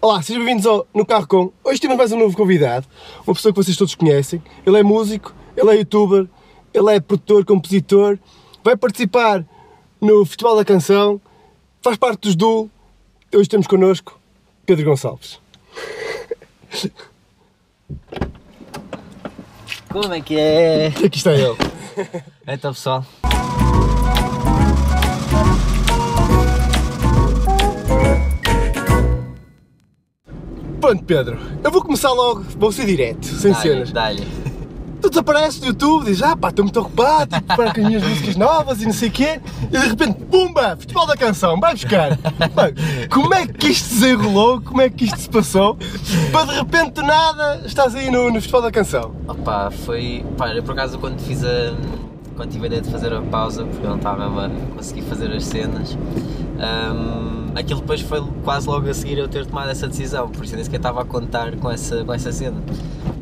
Olá, sejam bem-vindos ao No Carro Com. Hoje temos mais um novo convidado, uma pessoa que vocês todos conhecem. Ele é músico, ele é youtuber, ele é produtor, compositor, vai participar no Festival da Canção, faz parte dos Duo. Hoje temos connosco Pedro Gonçalves. Como é que é? E aqui está ele. Então pessoal, Pronto, Pedro, eu vou começar logo, vou ser direto, sem cenas. dá-lhe. Tu desapareces do YouTube, dizes, ah pá, estou muito ocupado, tenho que preparar com as minhas músicas novas e não sei o quê, e de repente, pumba, Festival da Canção, vai buscar. Mano, como é que isto desenrolou, como é que isto se passou, para de repente, do nada, estás aí no, no Festival da Canção? Opa, foi. Pá, eu por acaso quando fiz a. Quando tive a ideia de fazer a pausa, porque eu não estava mesmo a conseguir fazer as cenas, hum, aquilo depois foi quase logo a seguir eu ter tomado essa decisão, por isso eu nem sequer estava a contar com essa, com essa cena.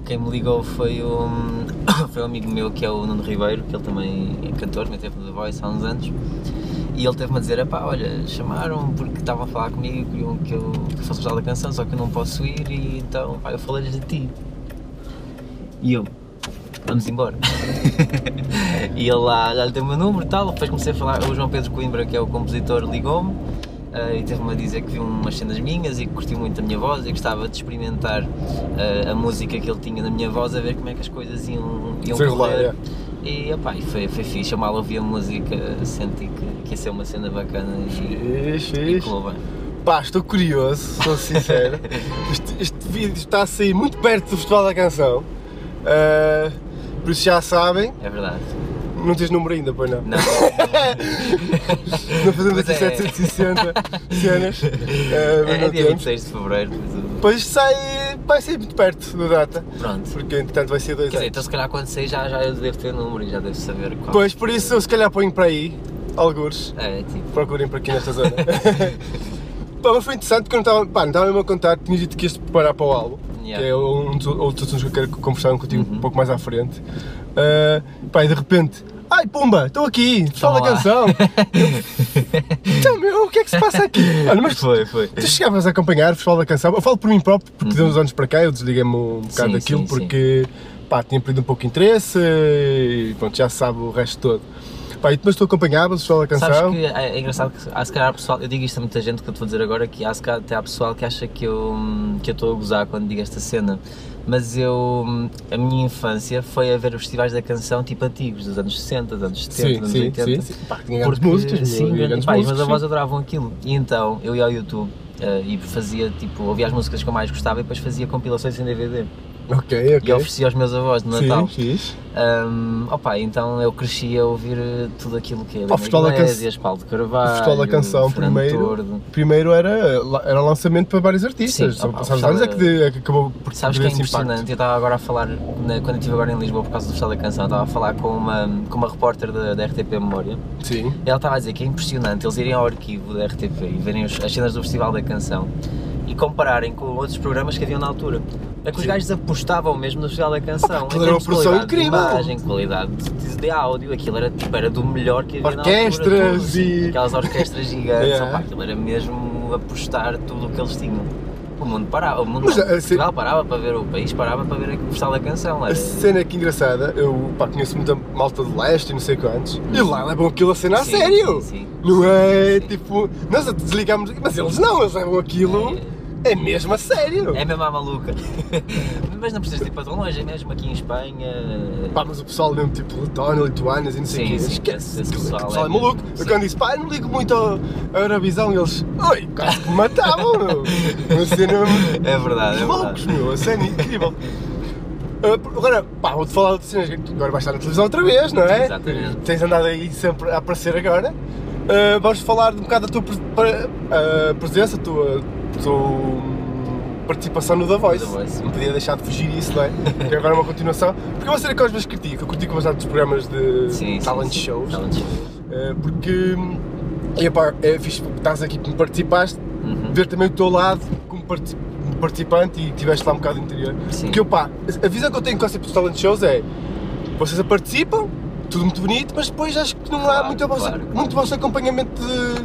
Quem me ligou foi um, foi um amigo meu que é o Nuno Ribeiro, que ele também é cantor, também teve no The Voice há uns anos, e ele teve-me a dizer: pá, olha, chamaram porque estavam a falar comigo e queriam que eu que fosse usar da canção, só que eu não posso ir, e então pá, eu falei de ti. E eu, vamos embora. e ele lá já lhe deu o meu número e tal, depois comecei a falar, o João Pedro Coimbra, que é o compositor, ligou-me eh, e teve-me a dizer que viu umas cenas minhas e que curtiu muito a minha voz e gostava de experimentar eh, a música que ele tinha na minha voz, a ver como é que as coisas iam, iam Desenrolar, correr. E, epá, e foi, foi fixe, eu mal ouvi a música, senti que, que ia ser uma cena bacana e, e colou bem. Pá, estou curioso, sou sincero. este, este vídeo está a sair muito perto do Festival da Canção, Ah, por isso já sabem, É verdade. não tens número ainda, pois não? Não, Não fazemos Mas aqui é- 760 cenas, ah, mas é, é não dia temos. 26 de Fevereiro. mas, Pois sai, vai sair muito perto da data, uh, Pronto. porque entretanto vai ser dois Quer dizer, anos. então se calhar quando sair já, já eu devo ter número e já devo saber qual. Pois por isso eu se calhar ponho para aí, algures, É, tipo. procurem por aqui nesta zona. Pá, mas foi interessante porque eu não estava, pá, não estava mesmo a contar, tinha dito que ias te preparar para o álbum, Yeah. Uhum. que é um dos outros assuntos que eu quero conversar contigo um pouco mais à frente. Ah, pá, e de repente, ai pumba, estou aqui, fala a lá. canção. Eu, então meu, o que é que se passa aqui? Olha, mas Foi, foi. Tu chegavas a acompanhar o Festival da Canção? Eu falo por mim próprio, porque de uns anos para cá eu desliguei-me um bocado Uhum. Sim, daquilo, sim, sim. porque pá, tinha perdido um pouco de interesse e pronto, já se sabe o resto todo. Pá, e depois tu acompanhavas o Festival da Canção? Sabes que é, é engraçado que há se calhar pessoal, eu digo isto a muita gente que eu te vou dizer agora, que há se calhar até há pessoal que acha que eu hum, que eu estou a gozar quando digo esta cena, mas eu, hum, a minha infância foi a ver os festivais da canção tipo antigos, dos anos 60, dos anos 70, dos anos 80. Pá, tinha grandes músicas, sim, meu, grande, grandes pá, os meus músicos, avós sim. adoravam aquilo. E então eu ia ao YouTube eh, e fazia, tipo, ouvia as músicas que eu mais gostava e depois fazia compilações em DVD. Ok, E ok. oferecia aos meus avós é de Natal. Sim, fixe. Um, opa, então eu cresci a ouvir eh, tudo aquilo que é Ao Festival da Canção- Iglesias, Paulo de Carvalho, O Festival da Canção Fernando primeiro. Tordo. Primeiro era, era lançamento para vários artistas, Sim, só opa, passados o anos é que, Festival de- é que acabou por Sabes que ter é esse impacto. impressionante, eu estava agora a falar, na- quando eu estive agora em Lisboa por causa do Festival da Canção, eu estava a falar com uma, com uma repórter da, da RTP Memória Sim. e ela estava a dizer que é impressionante eles irem ao arquivo da RTP e verem os- as cenas do Festival da Canção e compararem com outros programas que haviam na altura. É que os Sim. gajos apostavam mesmo no Festival da Canção. aquilo era uma em termos de produção qualidade de incrível. imagem, qualidade de, de áudio, aquilo era, tipo, era do melhor que havia na altura. Orquestras tudo, assim, e- Aquelas orquestras gigantes. Yeah. opá, aquilo era mesmo apostar tudo o que eles tinham. O mundo parava, o mundo Mas, não, a- a- Portugal parava para ver, o país parava para ver o Festival da Canção. A Era, cena que é engraçada, eu pá, conheço muita malta de leste e não sei quantos, e lá levam aquilo a cena a Sim, sério! sim, sim. Não é? Sim, sim. Tipo, nós a desligamos, mas eles não, eles levam aquilo é mesmo a sério! É mesmo à maluca. Mas não precisas de ir para tão longe, é mesmo aqui em Espanha. Pá, mas o pessoal mesmo tipo Letónia, Lituânias e não sei o Sim, quê, sim, esquece, esse aquilo- pessoal aquele pessoal é, é maluco. mesmo, Eu sim. quando disse, pá, eu não ligo muito ao- à Eurovisão, e eles, oi, quase que me matavam, meu! Uma cena mesmo- É verdade, é Loucos, verdade. meu, a cena é incrível. Ah, por- Agora, pá, vou-te falar de cenas que agora vais estar na televisão outra vez, não é? Exatamente. Tens andado aí sempre a aparecer agora. Ah, vamos falar de um bocado da tua pres- pre- ah, presença, a tua, tua participação no The Voice. The Voice. Não podia deixar de fugir isso, não é? Que agora é uma continuação. Porque é uma cena que eu às vezes critico, eu critico bastante dos programas de Sim, sim, talent sim. shows. Talent shows. ah, porque, e, pá, é fixe, estás aqui que me participaste, Uhum. ver também o teu lado como parti- participante e tiveste lá um bocado de interior. Sim. Porque eu, pá, a visão que eu tenho com essa dos talent shows é vocês a participam, tudo muito bonito, mas depois acho que não há Claro, muito, o vosso, claro, claro. muito vosso acompanhamento de,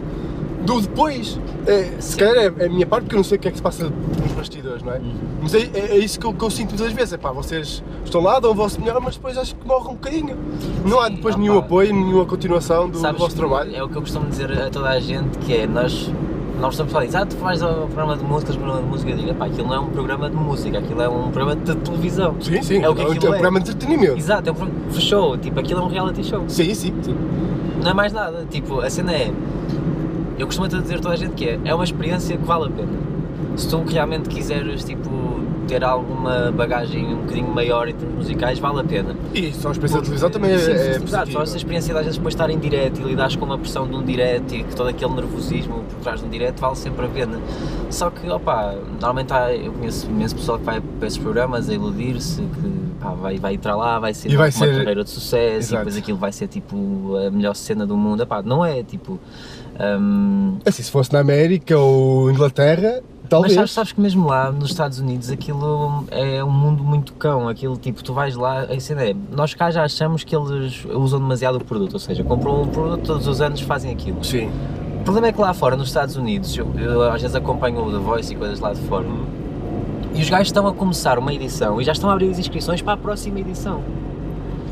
do depois. É, se calhar é a minha parte, porque eu não sei o que é que se passa nos bastidores, não é? Uhum. Mas é, é- é isso que eu, que eu sinto muitas vezes. É pá, vocês estão lá, dão o vosso melhor, mas depois acho que morrem um bocadinho. Não há Sim, depois opá. nenhum apoio, nenhuma continuação do, do Sabes, vosso trabalho. É o que eu costumo dizer a toda a gente, que é nós, nós estamos a dizer, ah, tu vais ao programa de músicas, programa de música, eu digo, pá, aquilo não é um programa de música, aquilo é um programa de televisão. Sim, sim, É o que um aquilo é. programa de entretenimento. Exato, é um programa de show, tipo, aquilo é um reality show. Sim, sim, sim. Não é mais nada, tipo, a cena é, eu costumo a dizer a toda a gente que é, é uma experiência que vale a pena. Se tu realmente quiseres, tipo, ter alguma bagagem um bocadinho maior em termos musicais, vale a pena. E só a experiência da televisão também é, Sim, sim, é sim, exato, só positiva. essa experiência de às vezes depois estar em direto e lidares com uma pressão de um direto e que todo aquele nervosismo por trás de um direto vale sempre a pena. Só que, opa, normalmente há, eu conheço imenso pessoal que vai para esses programas a iludir-se, que pá, vai, vai entrar lá, vai ser E vai uma ser- carreira de sucesso Exato. e depois aquilo vai ser tipo a melhor cena do mundo. Epá, não é tipo. hum, Assim, se fosse na América ou Inglaterra, mas talvez. sabes, sabes que mesmo lá nos Estados Unidos aquilo é um mundo muito cão, aquilo tipo, tu vais lá, a cena é, nós cá já achamos que eles usam demasiado o produto, ou seja, compram um produto todos os anos fazem aquilo. Sim. O problema é que lá fora, nos Estados Unidos, eu, eu às vezes acompanho o The Voice e coisas lá de fora, e os gajos estão a começar uma edição e já estão a abrir as inscrições para a próxima edição.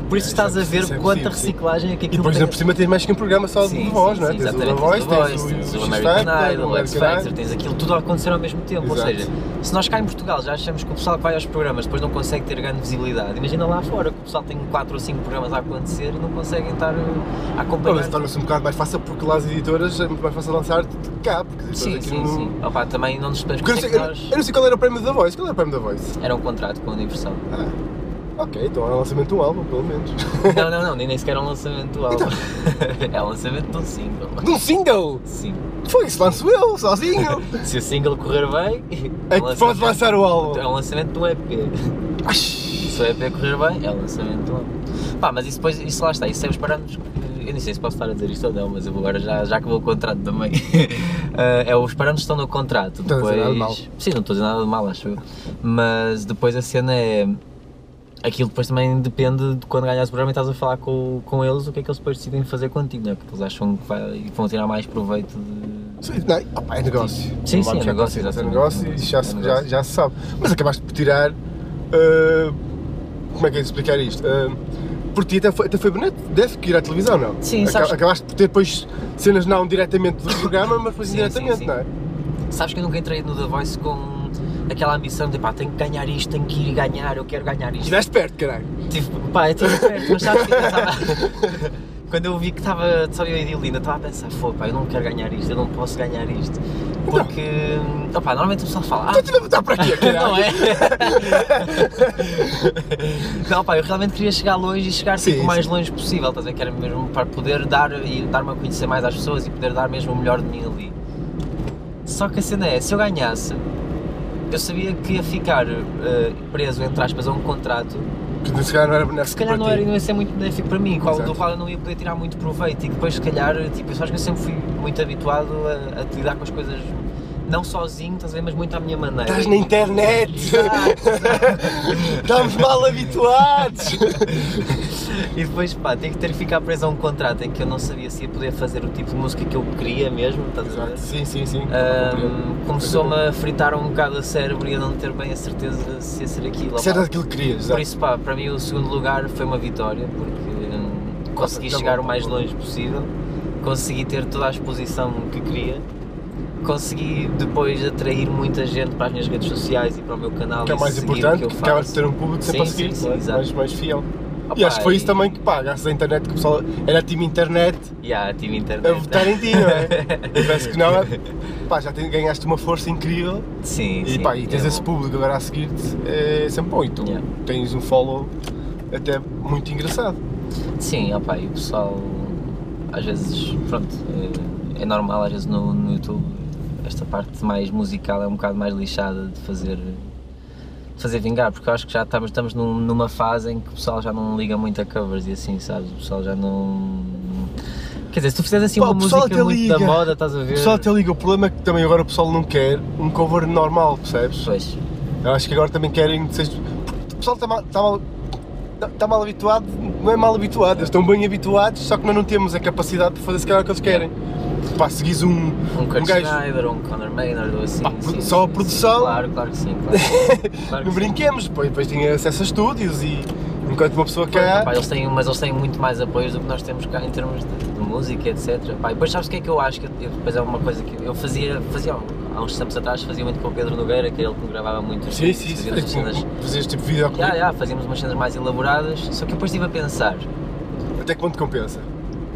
Por isso É, estás isso é- a ver isso é quanta possível, sim. reciclagem é E que aquilo depois tem. ainda por cima tens mais que um programa só Sim, de voz, sim, não é? sim, Tens o The exatamente, Voice, The tens Voice, o- tens o o American X-Factor, Idol, o X Factor, tens aquilo tudo a acontecer ao mesmo tempo. Exato. Ou seja, se nós cá em Portugal já achamos que o pessoal que vai aos programas depois não consegue ter grande visibilidade, imagina lá fora que o pessoal tem 4 ou 5 programas a acontecer e não conseguem estar uh, a acompanhar. Talvez torna-se um bocado mais fácil porque lá as editoras é muito mais fácil lançar de cá, porque as editoras Sim, aqui sim, não... sim. Opa, também não nos podemos Porque eu não, sei, eu, nós- eu não sei qual era o prémio da Voice, qual era o prémio da Voice? Era um contrato com a Universal. Ah, ok, então era o lançamento de um álbum, pelo menos. Não, não, não, nem, nem sequer é um lançamento do álbum. Então. é um lançamento de um single. de um single! Sim. Foi isso, lanço eu, sozinho! Se o single correr bem, é que um pode lançamento- lançar o álbum! É um lançamento de um EP. Ai, Se o EP correr bem, é o lançamento do álbum. Pá, mas isso depois, isso lá está, isso é os parâmetros que. Eu nem sei se posso estar a dizer isto ou não, mas eu vou agora já, já acabou o contrato também. Ah, é, os parâmetros estão no contrato. Não estás a dizer Depois. nada de mal. Sim, não estou a dizer nada de mal, acho eu. Mas depois a cena é. Aquilo depois também depende de quando ganhas o programa e estás a falar com, com eles o que é que eles depois decidem fazer contigo, não é? Porque eles acham que vai- vão tirar mais proveito de. Sim, não, opa, é negócio. Sim, Não sim, vamos é já negócio, conhecer, É exatamente. negócio e já, É se- já, negócio. já se sabe. Mas acabaste por tirar. ah, como é que é de explicar isto? Ah, por ti até foi, até foi bonito. Deve que ir à televisão, não? Sim, sabes- Acabaste por ter depois cenas não diretamente do programa, mas depois Sim, indiretamente, sim, sim. não é? Sabes que eu nunca entrei no The Voice com aquela ambição de pá, tenho que ganhar isto, tenho que ir ganhar, eu quero ganhar isto. Estiveste perto, caralho. Tive, pá, eu tive perto, mas sabes que eu estava. Quando eu vi que estava só eu e a Idilina, estava a pensar, pô, pá, eu não quero ganhar isto, eu não posso ganhar isto. Então. Porque, hum, opá, normalmente o pessoal fala, Estou-te Então a botar para aqui, ah, caralho. não é? não, pá, eu realmente queria chegar longe e chegar Sim, tipo, o mais sim. longe possível, estás a ver? Que era mesmo para poder dar e dar-me a conhecer mais às pessoas e poder dar mesmo o melhor de mim ali. Só que a cena é, se eu ganhasse, eu sabia que ia ficar eh, preso, entre aspas, a um contrato Porque se calhar não era que benéfico se calhar para não, era, ti. não ia ser muito benéfico para mim, qual, Exato. do qual eu não ia poder tirar muito proveito e que depois se calhar, tipo, eu acho que eu sempre fui muito habituado a, a lidar com as coisas não sozinho, estás a ver, mas muito à minha maneira. Estás na internet! Estamos mal habituados! E depois, pá, tinha que ter que ficar preso a um contrato em que eu não sabia se ia poder fazer o tipo de música que eu queria mesmo, estás a ver? Exato, sim, sim, sim. Ahm, Começou-me a fritar um bocado a cérebro e a não ter bem a certeza se ia ser aquilo. Isso é era opá. aquilo que querias, Por exato. isso, pá, para mim o segundo lugar foi uma vitória, porque hum, consegui tá bom, chegar tá o mais bom. longe possível, consegui ter toda a exposição que queria, consegui depois atrair muita gente para as minhas redes sociais e para o meu canal que é e mais seguir o importante, que que eu acabas de faço. ter um público sempre Sim, a seguir, sim, sim, não é? exato. mais, mais fiel. Opa, e acho que foi isso também que, pá, graças à internet que o pessoal era time internet E yeah, tive internet. a votar em ti, não é? Parece que não, é? pá, já te- ganhaste uma força incrível Sim, e, sim. pá, e tens é esse bom. público agora a seguir-te, é sempre bom. E tu Yeah. tens um follow até muito engraçado. Sim, opa, e o pessoal às vezes, pronto, é, é normal, às vezes no, no YouTube esta parte mais musical é um bocado mais lixada de fazer, de fazer vingar, porque eu acho que já estamos, estamos num- numa fase em que o pessoal já não liga muito a covers e assim, sabes? O pessoal já não. Quer dizer, se tu fizeres assim Pá, o uma pessoal música até muito da liga. moda, estás a ver? O pessoal até liga, o problema é que também agora o pessoal não quer um cover normal, percebes? Pois, Eu acho que agora também querem que seja. porque O pessoal está mal, está mal, está mal habituado, não é mal habituado, eles estão bem habituados, só que nós não temos a capacidade de fazer se calhar o que eles querem. pá, seguis um, Um Kurt um gajo. Schneider, um Conor Maynard, ou assim. Pá, sim, só a sim, produção. sim, claro, claro que sim. Claro, que sim. claro que Não sim. brinquemos, depois, depois tinha acesso a estúdios e enquanto uma pessoa cá. Pá, eles têm, mas eles têm muito mais apoios do que nós temos cá em termos de, de música, etc. Pá, e depois sabes o que é que eu acho? Que eu, eu- depois é uma coisa que eu fazia, fazia há uns tempos atrás, fazia muito com o Pedro Nogueira, que era ele que me gravava muito. os Sim, vídeos, sim, sim. fazíamos umas cenas- Fazias tipo videoclipe. Já, já, fazíamos umas cenas mais elaboradas, só que eu depois estive a pensar, Até que ponto compensa?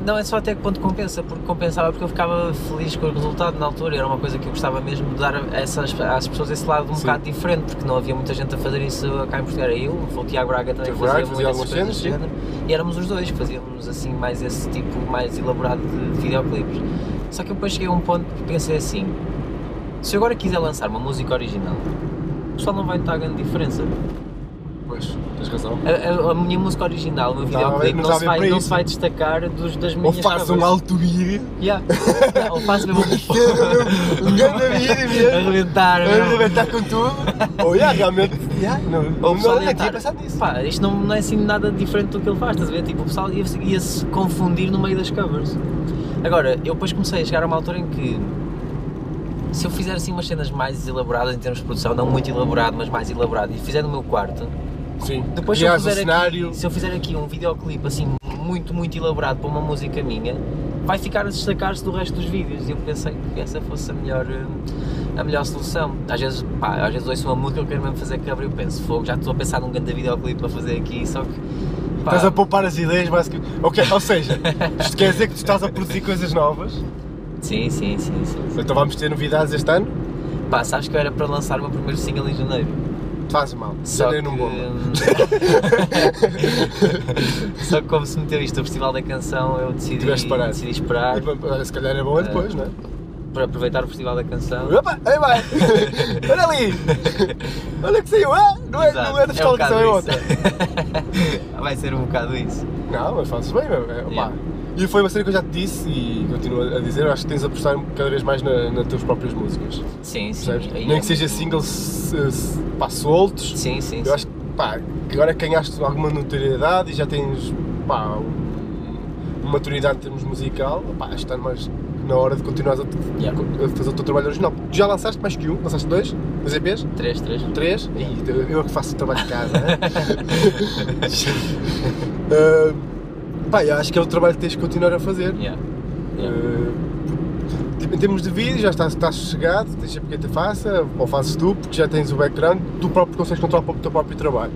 não é só até que ponto compensa, porque compensava porque eu ficava feliz com o resultado na altura, era uma coisa que eu gostava mesmo de dar a essas, às pessoas esse lado um Sim. bocado diferente, porque não havia muita gente a fazer isso cá em Portugal, era eu, o Tiago Braga também Tiago fazia, Braga muito fazia essas algumas cenas, coisas do género, e éramos os dois que fazíamos assim mais esse tipo mais elaborado de, de videoclipes. Só que eu depois cheguei a um ponto que pensei assim, se eu agora quiser lançar uma música original, o pessoal não vai notar grande diferença. Pois, tens razão. A, a- a minha música original, o meu Não tá a ver- videoclipe, não não, tá a se ver para vai, não isso. se vai destacar dos, das Ou minhas faço um covers. alto vídeo. Yeah. Não, faz mesmo Um grande vídeo mesmo. arrebentar. Para meu. arrebentar com tudo. Ou já, realmente. já, não, Ou o não, é pessoal nem ia tinha estar- pensado nisso. Pá, isto não, não é assim nada diferente do que ele faz, estás a ver? Tipo, o pessoal ia- ia-se confundir no meio das covers. Agora, eu depois comecei a chegar a uma altura em que se eu fizer assim umas cenas mais elaboradas em termos de produção, não muito elaborado, mas mais elaborado, e fizer no meu quarto, Sim. depois se eu, Criares o fizer cenário. aqui, se eu fizer aqui um videoclipe assim muito, muito elaborado para uma música minha, vai ficar a destacar-se do resto dos vídeos. E eu pensei que essa fosse a melhor, eh, a melhor solução. Às vezes, pá, às vezes ouço uma música que eu quero mesmo fazer cover e eu penso, fogo, já estou a pensar num grande videoclipe para fazer aqui, só que. pá, Estás a poupar as ideias, basicamente. Ok, ou seja, isto quer dizer que tu estás a produzir coisas novas. Sim, sim, sim, sim. Então vamos ter novidades este ano. Pá, sabes que eu era para lançar o meu primeiro single em janeiro. Faz mal. Só que, hum, Janeiro não bomba. Só que como se meteu isto no Festival da Canção, eu decidi, Tiveste de parar. decidi esperar E, Se calhar é bom é depois, não é? para aproveitar o Festival da Canção. Opa, aí vai! Olha ali! Olha que saiu! Ah, não, é, Exato, não é da um fiscal que saiu, é bocado outra! isso. Vai ser um bocado isso. Não, mas fazes bem, meu. É, opá. Yeah. E foi uma cena que eu já te disse e continuo a dizer, eu acho que tens a apostar cada vez mais na- nas tuas próprias músicas. Sim, sim. Percebes? aí Nem é que seja muito- singles se- se- pá, soltos. Sim, sim. eu sim. acho que pá, que agora ganhaste alguma notoriedade e já tens pá, um- uma maturidade em termos musical, pá, acho que está mais na hora de continuares a, Yeah. a fazer o teu trabalho original. Tu já lançaste mais que um, lançaste dois, dois EPs? Três, três. Três? Ih, eu- eu que faço o trabalho de casa, né? Ah, Pá, eu acho que é o trabalho que tens de continuar a fazer. Yeah. Yeah. Ah, tipo, em termos de vídeo, já estás, estás sossegado, deixa porque te faça, ou fazes tu, porque já tens o background, tu próprio consegues controlar o teu próprio trabalho.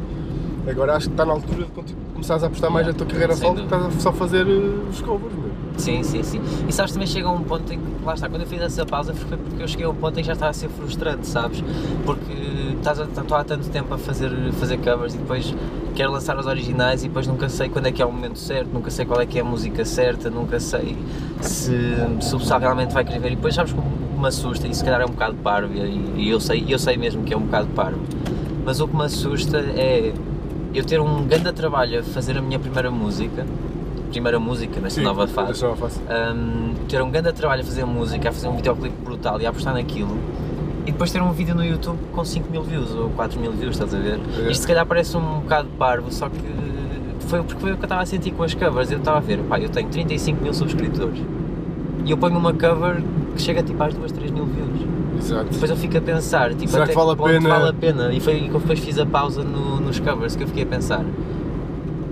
Agora acho que está na altura de conti- começares a apostar mais na Yeah, tua carreira sem solo, que dúvida. estás a só fazer ah, os covers, meu. Sim, sim, sim. E sabes, também chega a um ponto em que, lá está, quando eu fiz essa pausa foi porque eu cheguei a um ponto em que já estava a ser frustrante, sabes? Porque estás a- estou há tanto tempo a fazer, fazer covers e depois quero lançar os originais e depois nunca sei quando é que é o momento certo, nunca sei qual é que é a música certa, nunca sei se, se o pessoal realmente vai querer ver. E depois sabes como me assusta, e se calhar é um bocado parvo, e, e eu, sei, eu sei mesmo que é um bocado parvo, mas o que me assusta é eu ter um grande trabalho a fazer a minha primeira música, primeira música nesta nova fase Essa nova fase. um, ter um grande trabalho a fazer música, a fazer um videoclipe brutal e a apostar naquilo e depois ter um vídeo no YouTube com 5 mil views ou 4 mil views, estás a ver? É. Isto se calhar parece um bocado parvo, só que foi porque foi o que eu estava a sentir com as covers. Eu estava a ver, pá, eu tenho 35 mil subscritores e eu ponho uma cover que chega tipo às 2, 3 mil views. Exato. Depois eu fico a pensar, tipo, Será até que vale a ponto pena? vale a pena? E foi aí que eu depois fiz a pausa no- nos covers que eu fiquei a pensar.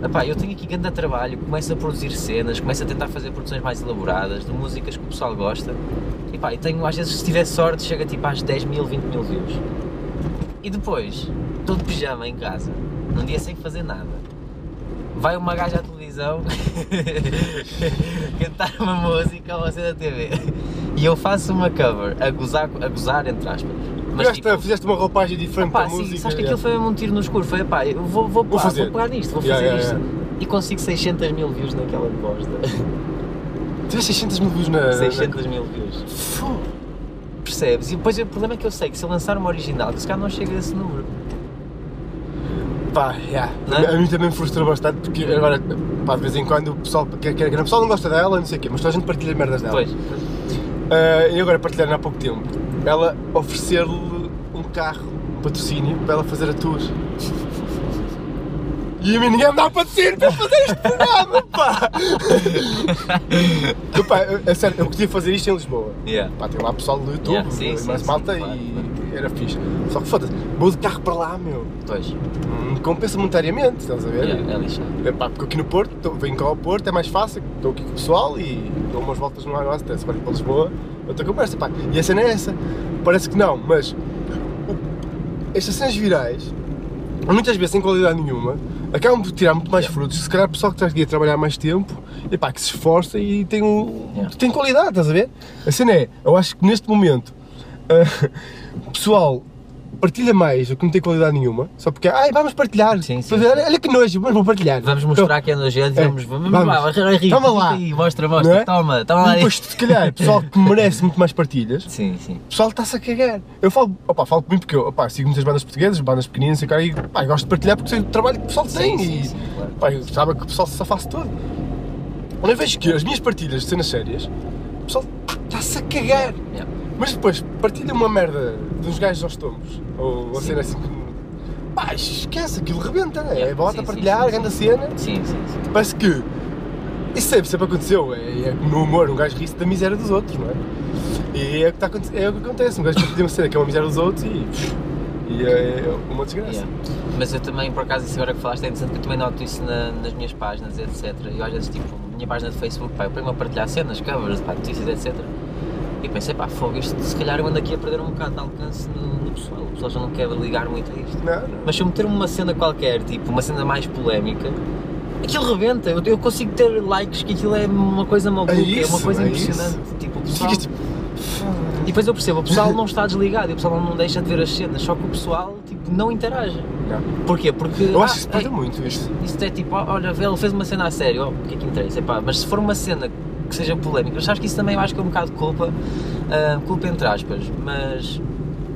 Epá, eu tenho aqui grande trabalho, começo a produzir cenas, começo a tentar fazer produções mais elaboradas, de músicas que o pessoal gosta. E pá, e tenho, às vezes, se tiver sorte, chega tipo às 10 mil, 20 mil views. E depois, estou de pijama em casa, num dia sem fazer nada. Vai uma gaja à televisão cantar uma música ou uma cena da TV. E eu faço uma cover, a gozar, a gozar entre aspas. Mas fizeste, tipo, fizeste uma roupagem diferente pá, para a sim, é música. sabes que yeah. aquilo foi mesmo um tiro no escuro. Foi, pá, eu vou, vou, pá, fazer. vou pegar nisto, vou Yeah, fazer yeah, é, isto. E consigo 600 mil views naquela bosta. Tiveste 600 mil views na. 600 mil views. na... Fu- Percebes? E depois o problema é que eu sei que se eu lançar uma original, que se calhar não chega a esse número. Pá, yeah. Não é? a mim também me frustra bastante porque agora, pá, de vez em quando o pessoal, quer, quer, quer, o pessoal não gosta dela, não sei o quê, mas toda a gente partilha as merdas dela. Pois. Ah, e agora partilharam há pouco tempo, ela oferecer-lhe um carro, um patrocínio, para ela fazer a tour. E a mim ninguém me dá patrocínio para fazer este programa, pá! Eu, pá, eu- é sério, eu queria fazer isto em Lisboa. Yeah. Pá, tem lá pessoal do YouTube, Yeah, sim, sim, mais sim, malta claro, e era fixe. Só que foda-se, vou de carro para lá, meu. Pois. Hum, Compensa monetariamente, estás a ver? Yeah, é lixado. É pá, porque aqui no Porto, tô- venho cá ao Porto, é mais fácil, estou aqui com o pessoal e dou umas voltas no negócio, até se for para Lisboa, outra conversa, pá. E a cena é essa. Parece que não, mas o- estas cenas virais, muitas vezes sem qualidade nenhuma, acabam por tirar muito mais frutos. Se calhar o pessoal que está aqui a trabalhar mais tempo, e pá, que se esforça e tem, um, Yeah. tem qualidade, estás a ver? A cena é, eu acho que neste momento, ah, o pessoal partilha mais do que não tem qualidade nenhuma, só porque, ai, vamos partilhar. Sim, sim, Olha olha que nojo, mas vou partilhar. Vamos mostrar que é nojento, É, vamos, vamos, vamos. vamos, vamos, é rico, Toma fica lá. aí, mostra, mostra, Não é? toma, toma E lá. depois, se calhar, pessoal que merece muito mais partilhas, Sim, sim. o pessoal está-se a cagar. Eu falo, opa, falo por mim porque eu opa, sigo muitas bandas portuguesas, bandas pequeninas, e, o cara, e pá, eu gosto de partilhar porque sei o trabalho que o pessoal tem. sim, e, sim, claro. pá, eu gostava que o pessoal se safasse todo. Quando eu vejo que as minhas partilhas de cenas sérias, o pessoal está-se a cagar. Yeah. Mas depois, partilha uma merda de uns gajos aos tombos, ou uma Sim. cena assim. Pá, esquece, aquilo rebenta. É Yeah, bota sim, a sim, partilhar, sim, grande sim. cena. Sim, sim, sim. Parece que isso sempre, sempre aconteceu. É, é como no humor, um gajo ri-se da miséria dos outros, não é? E é o que, tá, aconte- é o que acontece. Um gajo partilha uma cena que é uma miséria dos outros e. E é, é uma desgraça. Yeah. Mas eu também, por acaso, isso agora que falaste é interessante que eu também noto isso na- nas minhas páginas, etc. E às vezes, tipo, a minha página de Facebook, pá, eu ponho-me a partilhar cenas, covers, pá, notícias, etc. E pensei, pá, fogo, isto se calhar eu ando aqui a perder um bocado de alcance no, no pessoal. O pessoal já não quer ligar muito a isto. Não, não. Mas se eu meter uma cena qualquer, tipo, uma cena mais polémica, aquilo rebenta. Eu, eu consigo ter likes que aquilo é uma coisa maluca, é, uma isso, coisa é impressionante. Tipo, o pessoal... Ficas tipo. E depois eu percebo, o pessoal não está desligado, e o pessoal não deixa de ver as cenas, só que o pessoal, tipo, não interage. Não. Porquê? Porque. Eu ah, acho que se perdeu muito isto. é, Isso é tipo, ó, olha, ele fez uma cena a sério, ó, o que é que interessa? Epá, mas se for uma cena que seja polémica, mas sabes que isso também eu acho que é um bocado de culpa, ah, culpa entre aspas, mas.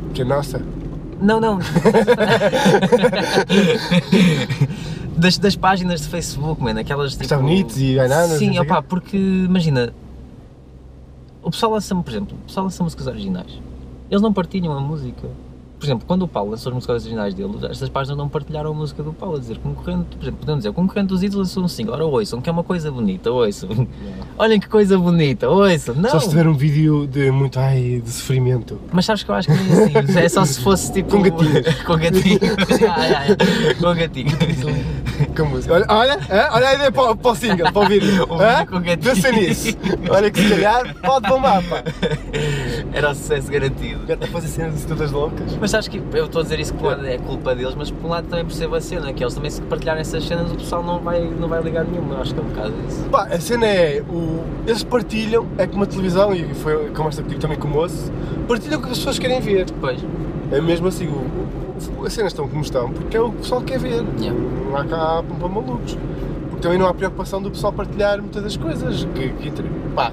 Porque, nossa. Não, não. das, das páginas de Facebook, mano, aquelas tipo. Está bonito e ganadas, não Sim, sei opá, porque imagina. O pessoal lança-me, por exemplo, o pessoal lança músicas originais. Eles não partilham a música. Por exemplo, quando o Paulo lançou as músicas originais dele, estas páginas não partilharam a música do Paulo, a dizer concorrente, por exemplo, podemos dizer, o concorrente dos ídolos lançou um single, ora ouçam, que é uma coisa bonita, ouçam. Olhem que coisa bonita, ouçam. Não, Só se tiver um vídeo de muito. Ai, de sofrimento. mas sabes que eu acho que nem assim, é só se fosse tipo. Com gatinhos. com gatinhos. Ah, ah, ah, Com gatinhos. Com música. Olha, olha, hã? olha a ideia para, o- para o single, para o vídeo. O Hã? vídeo com gatinhos. Pensa nisso. Olha que se calhar pode bombar, pá. Era o sucesso garantido. Já está a fazer cenas todas loucas. Mas sabes que eu estou a dizer isso que por um lado é culpa deles, mas por um lado também percebo a cena, que eles também se partilharem essas cenas o pessoal não vai, não vai ligar nenhuma. Eu acho que é um bocado isso. Pá, a cena é, o, eles partilham, é como a televisão, e foi a conversa que tive também com o moço, partilham o que as pessoas querem ver. Pois. É mesmo assim, o- o- as cenas estão como estão, porque é o que o pessoal quer ver. Yeah. Não há cá pão para malucos. Porque também não há preocupação do pessoal partilhar muitas das coisas que, que inter- pá,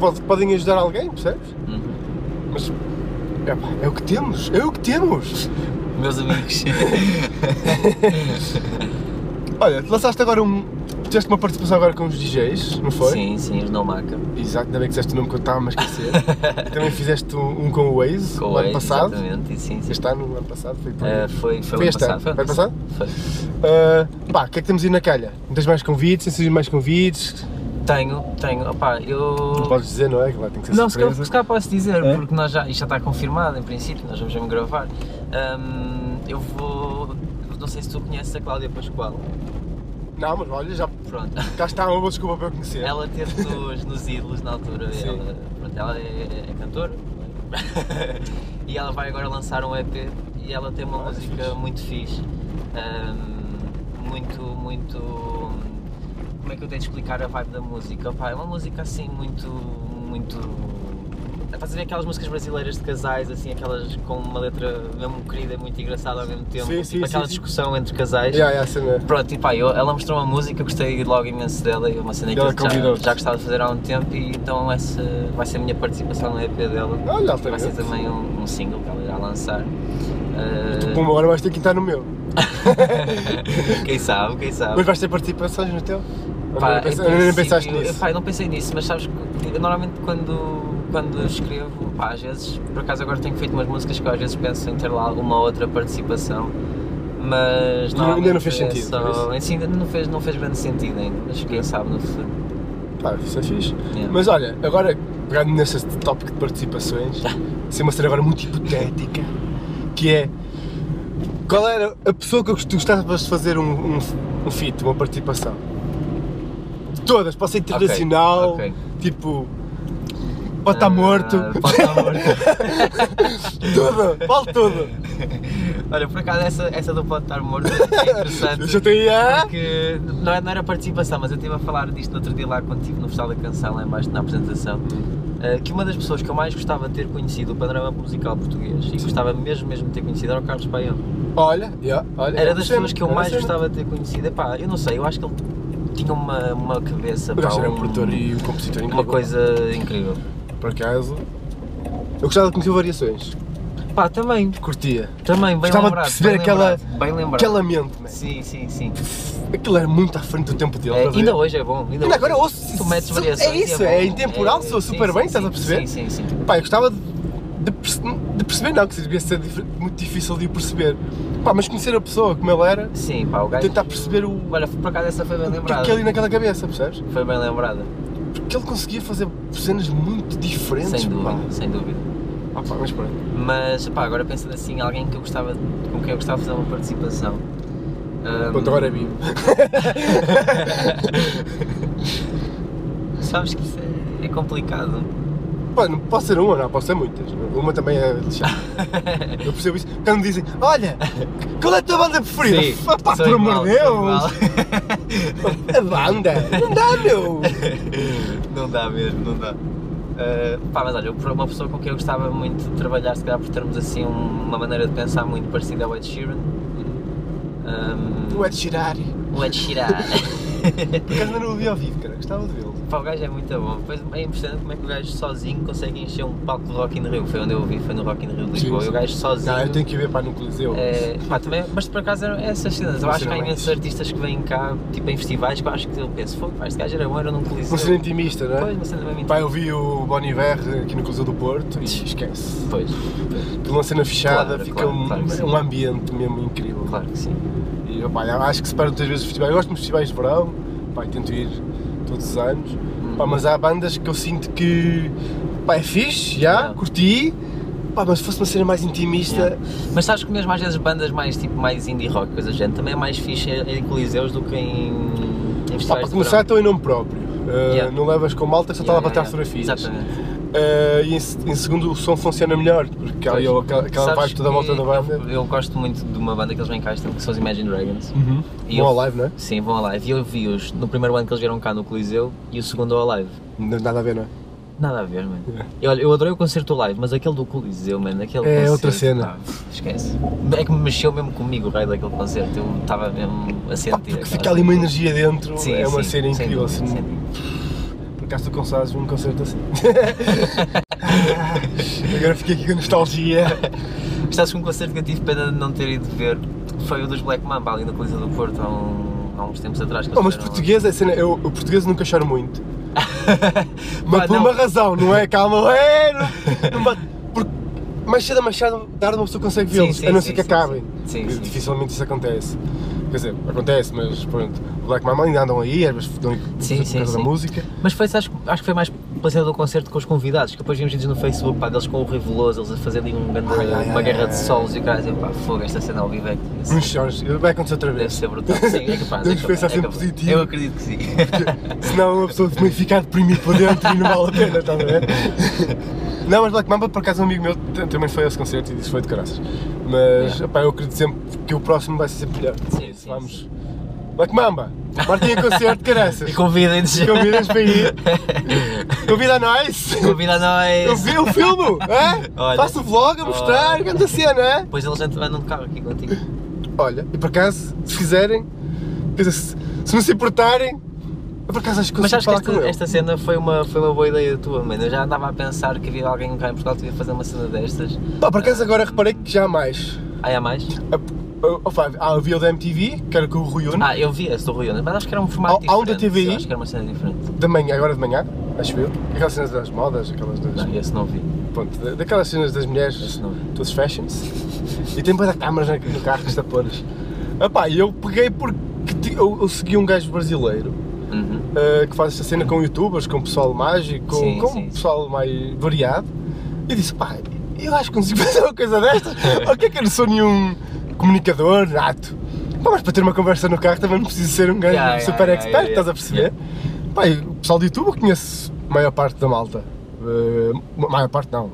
pode- podem ajudar alguém, percebes? Uhum. Mas é, pá, é o que temos, é o que temos. Meus amigos. Olha, tu lançaste agora um. Tiveste uma participação agora com os DJs, não foi? Sim, sim, os não maca. Exato, ainda bem que disseste o nome que eu estava a me esquecer. e também fizeste um, um com o Waze Com no ano eles, passado. Exatamente, e sim, sim. Este ano, ano passado, foi por Ah, foi, foi, Foi o ano este ano? passado. Foi passado? Foi. Ah, pá, o que é que temos aí na calha? Não tens mais convites? Tens aí mais convites? Tenho, tenho. Opá, eu. Não podes dizer, não é? Que lá tem que ser Não, se calhar, surpresa. se calhar posso dizer, É? porque nós já, isto já está confirmado em princípio, nós vamos mesmo gravar. Ahm, eu vou. Não sei se tu conheces a Cláudia Pascoal. Não, mas olha, já Pronto. cá está uma boa desculpa para eu conhecer. Ela teve nos, nos ídolos na altura. Sim. Ela, pronto, ela é, é cantora e ela vai agora lançar um EP e ela tem uma Ah, música fixe. muito fixe. ahm, muito, muito. Como é que eu tenho de explicar a vibe da música? Opá, é uma música assim muito. muito. É fazer aquelas músicas brasileiras de casais, assim, aquelas com uma letra mesmo querida, muito engraçada ao mesmo tempo, Sim, tipo sim, sim, aquela sim. discussão entre casais. Já, já, sei, não é? Pronto, e pá, eu- ela mostrou uma música, gostei logo imenso dela e uma cena que Ela eu já, convidou-te. já gostava de fazer há um tempo e então essa vai ser a minha participação no EP dela. Olha, Vai ser altamente. também um, um single que ela irá lançar. Pum, Uh, agora vais ter que entrar no meu. Ah, quem sabe, quem sabe. Mas vais ter participações no teu? Ou Pá, não, em pensa- ou nem pensaste princípio, nisso. Pá, eu não pensei nisso, mas sabes que eu normalmente quando, quando eu escrevo, pá, às vezes, por acaso agora tenho feito umas músicas que eu às vezes penso em ter lá uma outra participação. Mas Ainda não normalmente fez é sentido, por isso. Só, assim, ainda não fez, não fez grande sentido ainda, mas quem sabe no futuro. Pá, isso é fixe. Yeah. Mas olha, agora pegando nesse tópico de participações, Tá. assim uma cena agora muito hipotética, que é qual era a pessoa que tu gostavas de fazer um, um, um feat, uma participação? Todas, pode ser internacional, ok. tipo. Pode estar morto. Ah, Pode estar morto. tudo, vale tudo. Olha, por acaso essa, essa do pode estar morto é interessante. Já tem a. Porque não, é- não era participação, mas eu estive a falar disto no outro dia lá contigo no Festival da Canção, lá embaixo na apresentação. eh, que uma das pessoas que eu mais gostava de ter conhecido o panorama musical português e gostava mesmo mesmo de ter conhecido era o Carlos Paião. Olha, yeah, olha. Era das cena, pessoas que eu É, era mais cena. gostava de ter conhecido. Epá, eu não sei, eu acho que ele tinha uma, uma cabeça. O pá, gajo era um um- produtor e um compositor incrível. Uma coisa incrível. Por acaso. Eu gostava de conhecer variações. Pá, também, Curtia. também, bem Gostava de lembrado, perceber bem aquela- lembrado, bem lembrado. Aquela mente, man. Sim, sim, sim. Aquilo era muito à frente do tempo dele. É, estás a ver? ainda hoje é bom. Ainda, Ainda hoje. agora ouço- Tu metes su- variações é e isso, bom. é intemporal, sou super sim, bem, sim, estás a sim, perceber? Sim, sim, sim. Pá, eu gostava de, de perce- de perceber, não, que isso devia ser dif- muito difícil de o perceber. Pá, mas conhecer a pessoa como ela era, Sim, pá, o gajo. tentar perceber o o Olha, por acaso essa foi bem que é lembrada. que é ali naquela cabeça, percebes? Foi bem lembrada. Porque ele conseguia fazer cenas muito diferentes, Sem pá. dúvida, sem dúvida. Ah, pá, mas pronto. Mas, pá, agora pensando assim, alguém que eu gostava, de- com quem eu gostava de fazer uma participação. Ahm, Pronto, agora é mim. hum, Sabes que isso é, é complicado. Pá, não pode ser uma, não, pode ser muitas. Uma também é lixada. Eu percebo isso. Quando me dizem, olha, qual é a tua banda preferida? Pá, pá, sou por igual, amor de sou Deus! A banda! Não dá, meu! igual. não dá mesmo, não dá. Ah, pá, mas olha, eu- uma pessoa com quem eu gostava muito de trabalhar, se calhar por termos assim uma maneira de pensar muito parecida ao Ed Sheeran. Ahm, O Ed Sheeran. o Ed Sheeran. Por acaso ainda não o vi ao vivo, cara. Gostava de vê-lo. Pá, o gajo é muito bom. Depois é impressionante como é que o gajo sozinho consegue encher um palco do Rock in Rio. Foi onde eu ouvi, foi no Rock in Rio de Sim, Lisboa. E sim. o gajo sozinho. Não, Ah, eu tenho que ir ver para no Coliseu. é, pá, também, mas por acaso eram essas cenas. Eu Não acho que há serão imensos esses. artistas que vêm cá, tipo em festivais, que eu acho que eu penso, fogo, pá, este gajo era bom, era num coliseu. Uma cena intimista, não Pois, é? uma cena bem Pá, eu vi o Bon Iver aqui no Coliseu do Porto e esquece. Pois, Aquilo uma cena fechada, Claro, fica claro, um, claro que sim. um ambiente mesmo incrível. claro que sim. E pá, eu acho que se param muitas vezes festivais. Eu gosto de festivais de verão, pá, e tento ir todos os anos. Hum. Pá, mas há bandas que eu sinto que pá, é fixe, já, Yeah. curti. Pá, mas se fosse uma cena mais intimista, Mas sabes que mesmo às vezes bandas mais tipo mais indie rock, coisa do género, também é mais fixe em em coliseus do que em, em pá, para festivais. de começar verão. estou em nome próprio. Uh, Yeah. Não levas com malta que só tá estava Yeah, yeah, a bater yeah. fotografias. Exatamente. Uh, e em, em segundo o som funciona melhor, porque há ali Pois. aquela, aquela Sabes vibe toda à que volta da banda. Eu, eu gosto muito de uma banda que eles vêm cá, é que são os Imagine Dragons. Uhum. E Bom eu- ao live, não é? Sim, vão ao live. E eu vi-os no primeiro ano que eles vieram cá no Coliseu e o segundo ao live. Não tem nada a ver, não é? Nada a ver, mano. É. E olha, eu adorei o concerto live, mas aquele do Coliseu, mano, aquele É concerto, outra cena. pá, esquece. É que me mexeu mesmo comigo o raio daquele concerto. Eu estava mesmo a sentir. Pá, porque aquela fica ali uma cena. energia dentro, Sim, é uma sim, cena sem incrível. dúvida, assim, sem dúvida. por acaso tu consegues um concerto assim. Agora fiquei aqui com nostalgia. Gostaste que um concerto que eu tive pena de não ter ido ver foi o dos Black Mamba ali no Coliseu do Porto há, um- há uns tempos atrás. Que Oh, mas eles fizeram- português é cena. Eu, o português nunca choro muito. mas Pá, por não. uma razão, não é? Calma, é! Não, não bate- porque mais cedo ou mais cedo, tarde uma pessoa consegue Sim, vê-los, sim, a não sim, ser que sim, acabem. sim. Sim, Que sim, dificilmente isso acontece. Quer dizer, acontece, mas pronto. O Black Mama ainda andam aí, às vezes dão Sim, por sim, causa da sim. música. Mas foi, acho, acho que foi mais pela cena do concerto com os convidados, que depois vimos vídeos no Facebook, pá, deles com o Rui Veloso, eles a fazerem um grande- Ai, ai, uma ai, guerra ai, ai. de solos e o cara dizia, pá, fogo, esta cena ao vivo é que devia ser- Uns chores. Vai acontecer outra deve vez. ser brutal. Sim, é capaz. é Devemos pensar capaz, é sempre capaz. positivo. Eu acredito que sim. Senão uma pessoa também fica deprimida por dentro e não vale a pena, estás a ver? Não, mas Black Mamba, por acaso, um amigo meu t- também foi a esse concerto e disse que foi de caraças. Mas, opá, eu acredito sempre que o próximo vai ser sempre melhor. Sim, sim, Vamos. Black Mamba, partem a concerto de caraças. E convidem-nos. Convidas para ir. Convida a nós. Convida a Eu nós. vi o filme, é? Olha. Faço o vlog a mostrar, Olha. grande cena, é? Depois eles andam de carro aqui contigo. Olha, e por acaso, se quiserem, quer dizer, se, se não se importarem, eu por acaso acho que Mas consigo acho que falar com ele. esta, esta cena foi uma, foi uma boa ideia tua, mano. Eu já andava a pensar que havia alguém cá em Portugal que devia fazer uma cena destas. Pá, por acaso agora reparei que já há mais. Aí há mais? Hum? A- a- opa, Há o vídeo da MTV, que era com o Rui Uno, Ah, eu vi esse do Rui Unas, mas acho que era um formato Há- há um da diferente. TVI? Eu Acho que era uma cena diferente. da manhã, agora de manhã, acho eu. Aquelas cenas das modas, aquelas das. Não, esse não vi. Pronto, da- daquelas cenas das mulheres, Esse não vi. todas fashions. E tem boas câmaras no, no carro, que está Epá, eu peguei porque ti- eu, eu segui um gajo brasileiro Uhum. eh, que faz esta cena com youtubers, com pessoal mágico, com, Sim, com sim, sim. pessoal mais variado e disse, pá, eu acho que consigo fazer uma coisa destas, porque é que eu não sou nenhum comunicador nato. Pá, mas para ter uma conversa no carro também não preciso ser um gajo Yeah, super yeah, yeah, expert, yeah, estás a perceber? Pá, e o pessoal de YouTube eu conheço a maior parte da malta, Eh, ma- maior parte não,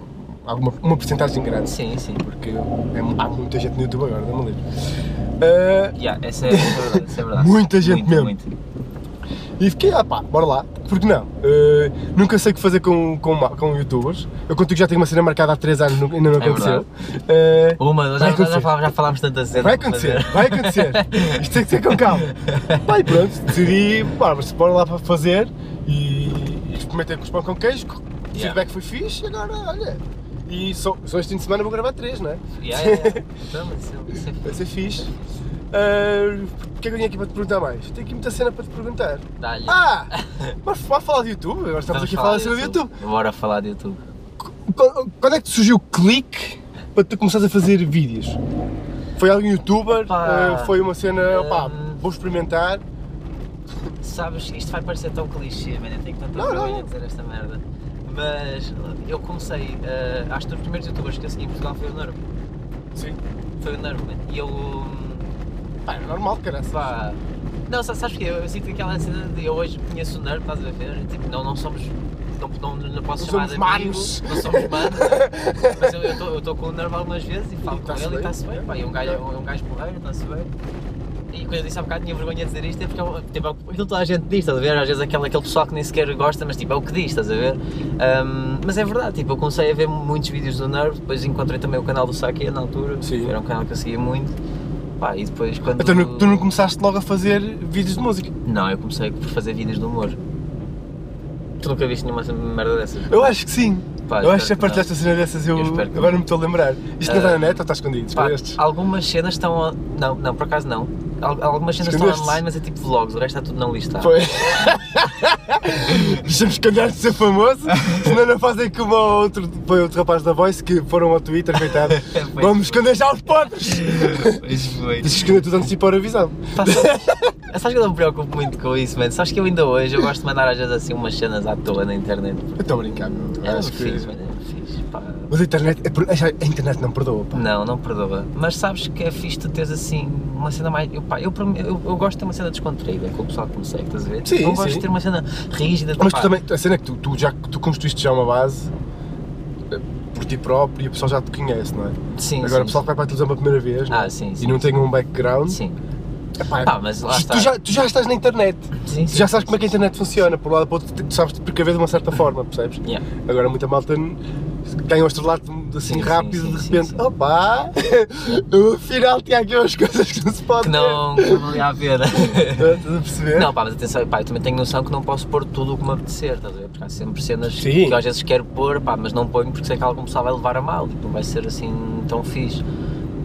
alguma, uma porcentagem grande Sim, sim. porque é mu- há muita gente no YouTube agora, dá-me um livre. Ah, Yeah, essa é, essa é verdade, essa é verdade. Muita gente Muito, mesmo. muito. e fiquei, ah pá, bora lá, porque não? Ah, nunca sei o que fazer com, com, ma- com youtubers. Eu contigo já tenho uma cena marcada há 3 anos, nunca- ainda não É aconteceu. Ah, Uma, Vai já, já, acontecer. já, falámos, já falámos tanta cena. vai acontecer, mas, vai acontecer. Isto tem que ser com calma. Vai, pronto, decidi, pá, mas bora lá para fazer e experimentei com os pão com queijo. O Yeah. feedback foi fixe, agora olha. E só, só este fim de semana vou gravar 3, não é? eh, Yeah, yeah, yeah. Não, mas isso é- isso é Vai ser fixe. Ah, o que é que eu tinha aqui para te perguntar mais? Tenho aqui muita cena para te perguntar. dá-lhe. Ah! Mas vamos falar de YouTube? Agora estamos aqui a falar sobre o YouTube. Bora falar de YouTube. Qu- Quando é que te surgiu o clique para tu começares a fazer vídeos? Foi algum youtuber? Pá. Eh, foi uma cena, opá, Hum. vou experimentar. Sabes, isto vai parecer tão clichê, mas eu tenho tanta Não, não, vergonha não. de dizer esta merda. Mas eu comecei, eh, acho que os primeiros youtubers que eu segui em Portugal foi o Nervo. Sim. Foi o Nervo, man. E eu. hum, Pá, é normal, cara. Pá. Não, sa- sabes que eu, eu sinto aquela cena de eu hoje conheço o Nervo, estás a ver? Tipo, não, não somos. Não, não, não posso Não chamar somos de manos. amigos, não somos manos, né? mas eu- eu estou com o Nervo algumas vezes e falo E com tá-se ele e bem. né? está-se bem. Pá, e é um gajo, é um gajo porreiro, está-se bem. E quando eu disse há bocado tinha vergonha de dizer isto, é porque é o- tipo, é o- aquilo toda a gente diz, estás a ver? Às vezes aquele, aquele pessoal que nem sequer gosta, mas tipo, é o que diz, estás a ver? Ahm, mas é verdade, tipo, eu comecei a ver muitos vídeos do Nervo, depois encontrei também o canal do Sakia na altura, Sim. era um canal que eu seguia muito. Pá, e depois quando. Então não- tu não começaste logo a fazer vídeos de música? Não, eu comecei por fazer vídeos de humor. Tu nunca viste nenhuma merda dessas? Eu acho que sim. Pá, eu espero acho que a que partilhaste a cena dessas, eu, Eu espero que agora não. Ah. não me estou a lembrar. Isto não está na net ou está escondido? Pá, Escondestes? algumas cenas estão. on- Não, não, por acaso não. Al- Algumas cenas estão Escondeste. online, mas é tipo vlogs, o resto está tudo não listado. Foi. Deixamos calhar de ser famoso, senão não fazem como ao outro, foi outro rapaz da Voice que foram ao Twitter, coitado. Foi. Vamos esconder já os pobres! Pois foi. Deixa esconder tudo antes de ir para a visão. Pá, sabes, sabes que eu não me preocupo muito com isso, mano. Sabes que eu ainda hoje eu gosto de mandar às vezes assim umas cenas à toa na internet. Eu estou a brincar, meu. É acho muito que- fixe, mano. É muito fixe. Pá. Mas a internet, é por- a internet não perdoa, pá. Não, não perdoa. Mas sabes que é fixe tu teres assim uma cena mais. Eu, pá, eu, para mim- eu, eu gosto de ter uma cena descontraída com o pessoal que consegue, estás a ver? Sim, eu gosto sim. de ter uma cena rígida. Mas pá, tu também, a cena é que tu, tu já tu construíste já uma base eh, por ti próprio e o pessoal já te conhece, não é? Sim, Agora sim, o pessoal que vai para a televisão pela primeira vez não é? Ah, sim, e sim. não tem um background, Sim. epá, Pá, mas lá tu- está. tu já- tu já estás na internet. Sim, Tu sim. já sabes como é que a internet funciona, por um lado para o outro, tu sabes te precaver de uma certa forma, percebes? Yeah. Agora muita malta n- ganha um estrelato assim Sim, sim, rápido sim, de sim, repente, sim. opá, eu, afinal tinha aqui umas coisas que não se pode Que não, que não ia haver. ver. Estás a perceber? Não, pá, mas atenção, pá, eu também tenho noção que não posso pôr tudo o que me apetecer, estás a ver? Porque há sempre cenas Sim. que eu às vezes quero pôr, pá, mas não ponho porque sei que algum pessoal vai levar a mal, tipo, não vai ser assim tão fixe.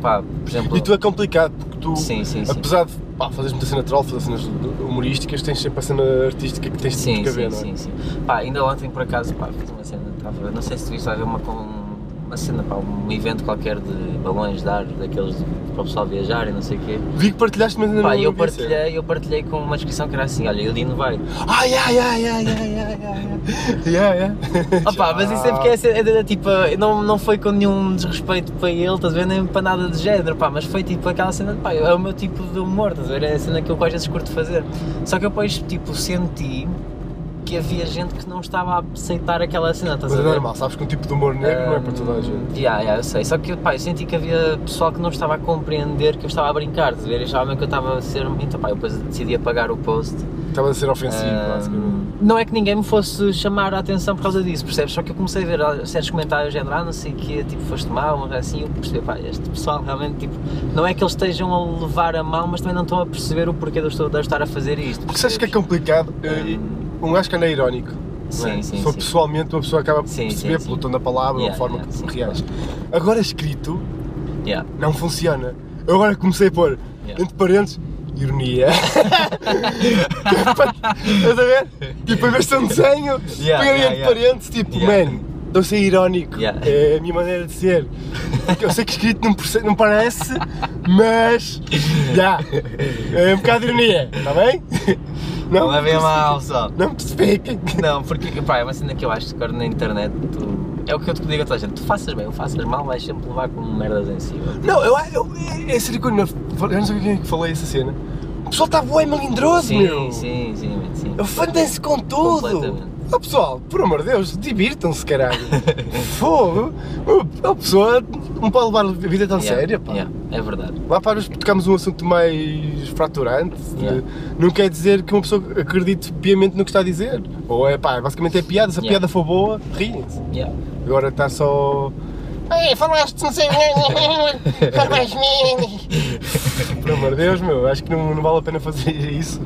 Pá, por exemplo. E tu é complicado, porque tu, Sim, sim, sim. apesar de pá, fazeres muita cena troll, fazer cenas humorísticas, tens sempre a cena artística que tens de Sim, sim, precaver, não é? sim, sim. Pá, ainda ontem por acaso pá, fiz uma cena, tava, não sei se tu viste, vai haver uma, com- uma cena, pá, um evento qualquer de balões de ar, daqueles de- para o pessoal viajar e não sei o quê. Vi que partilhaste, mas ainda Pá, não e eu vi é. a cena. partilhei, eu partilhei com uma descrição que era assim, olha, Elino vai. Ai, ai, ai, ai, ai, ai, ai, ai, ai, ai. Opa, mas isso é porque é, ce- é, da- tipo, não, não foi com nenhum desrespeito para ele, estás a ver, nem para nada de género, pá, mas foi tipo aquela cena, de, pá, é o meu tipo de humor, estás a ver, é a cena que eu às vezes curto fazer. Só que eu depois, tipo, senti que havia gente que não estava a aceitar aquela cena, estás Mas é a ver? normal, sabes que um tipo de humor negro não é para toda a gente. Hum, yeah, yeah, eu sei. Só que pá, eu senti que havia pessoal que não estava a compreender que eu estava a brincar, de ver? Eu Achava mesmo que eu estava a ser. Então, pá, eu depois decidi apagar o post. Estava a ser ofensivo, Hum, basicamente. não é que ninguém me fosse chamar a atenção por causa disso, percebes? Só que eu comecei a ver ah, certos comentários, género, ah, não sei o quê, tipo, foste mal, mas assim, eu percebi, pá, este pessoal realmente, tipo, não é que eles estejam a levar a mal, mas também não estão a perceber o porquê de eu estou- de eu estar a fazer isto. Porque sabes que é complicado? eh, Um gajo que anda irónico. não é? Sim, sim, Só sim. pessoalmente uma pessoa acaba por Sim, perceber sim, pelo sim. tom da palavra, ou a Yeah, forma yeah, que sim, tu reages. Agora escrito, Yeah. não funciona. Eu agora comecei a pôr, Yeah. entre parênteses, ironia. Estás a ver? Tipo, em vez de ser um desenho, Yeah, põe ali yeah, entre yeah. parênteses, tipo, Yeah. man, estou a ser irónico. Yeah. É a minha maneira de ser. Eu sei que escrito não, perce- não parece, Mas, já, é um bocado de ironia, está bem? Não levem a mal, pessoal. Não me percebi. Não, porque pá, é uma cena que eu acho que agora na internet tu- é o que eu te digo a toda a gente, tu faças bem ou faças mal, vais sempre levar com merdas em cima. Não, eu, eu, é sério que eu não, eu não sei quem é que falei essa cena. O pessoal está bué malandroso, Sim, meu. sim, sim, sim. Ofendem-se com tudo! Completamente. Oh, pessoal, por amor de Deus, divirtam-se, caralho! Fogo! A pessoa não pode levar a vida tão Yeah, séria, pá! yeah, é verdade. Lá para nós tocarmos um assunto mais fraturante, de- Yeah. não quer dizer que uma pessoa acredite piamente no que está a dizer. Ou é pá, basicamente é piada, se a Yeah. piada for boa, riem-se. Yeah. Agora está só. Ei, falaste, não sei, para mais meninas. Por amor de Deus, meu, acho que não, não vale a pena fazer isso.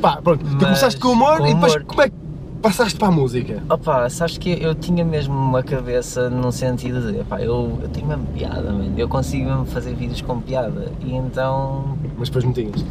Pá, pronto, tu Mas, começaste com o humor, com e depois humor. como é que passaste para a música? Opa, sabes que eu tinha mesmo uma cabeça num sentido de, epá, eu, eu tenho mesmo piada, mano. Eu consigo mesmo fazer vídeos com piada. E então, Mas depois não tinhas.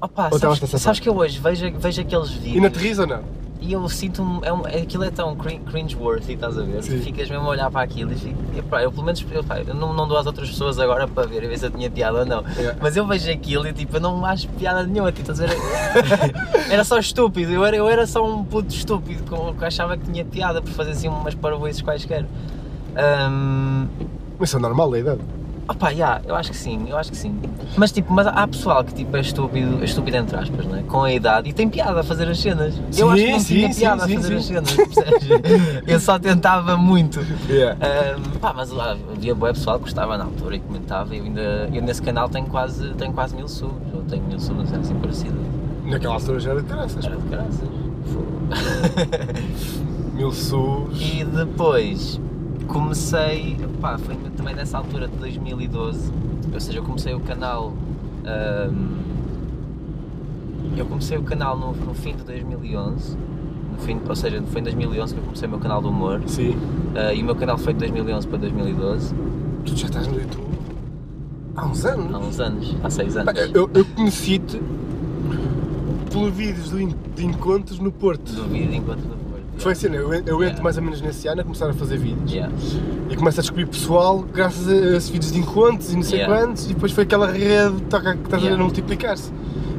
opa, Ou estavas sabes, a safar? sabes que eu hoje vejo, vejo aqueles vídeos. E não te ris ou não? E eu sinto-me. É um, é- aquilo é tão crin- cringe-worthy, estás a ver? Sim. Tu ficas mesmo a olhar para aquilo e fico, epá, eu pelo menos eu, pá, eu não, não dou às outras pessoas agora para ver, a ver se eu tinha piada ou não. Yeah. Mas eu vejo aquilo e tipo, eu não acho piada nenhuma, tipo, estás a ver? era só estúpido, eu era, eu era só um puto estúpido com- que achava que tinha piada por fazer assim umas parvoices quaisquer. Ahm, Mas isso é normal da idade. Opa, yeah, eu acho que sim, eu acho que sim. Mas tipo, mas há pessoal que tipo é estúpido, é estúpido entre aspas, né? com a idade e tem piada a fazer as cenas. eu acho que não Sim, tinha sim, piada sim, a fazer sim. as cenas, percebes? eu só tentava muito. Yeah. Ahm, pá, mas lá havia boa pessoal que gostava na altura e comentava e eu ainda eu nesse canal tenho quase, tenho quase mil subs, ou tenho mil subs, não é assim parecido. Naquela altura já era de graças. Era de graças. Mil sus. E depois comecei, pá, foi também nessa altura de 2012, ou seja, eu comecei o canal. hum, eu comecei o canal no, no fim de 2011, no fim, ou seja, foi em 2011 que eu comecei o meu canal de humor Sim. ah, e o meu canal foi de 2011 para 2012, Tu já estás no YouTube há uns há anos. uns anos, há seis anos. Pá, Eu, eu conheci-te pelos vídeos do en- de encontros no Porto. Duvido enquanto do humor. Foi assim, eu, eu entro Yeah. mais ou menos nesse ano a começar a fazer vídeos Yeah. e começo a descobrir pessoal graças a esses vídeos de encontros e não sei Yeah. quantos e depois foi aquela rede que toca- que estás a Yeah. multiplicar-se.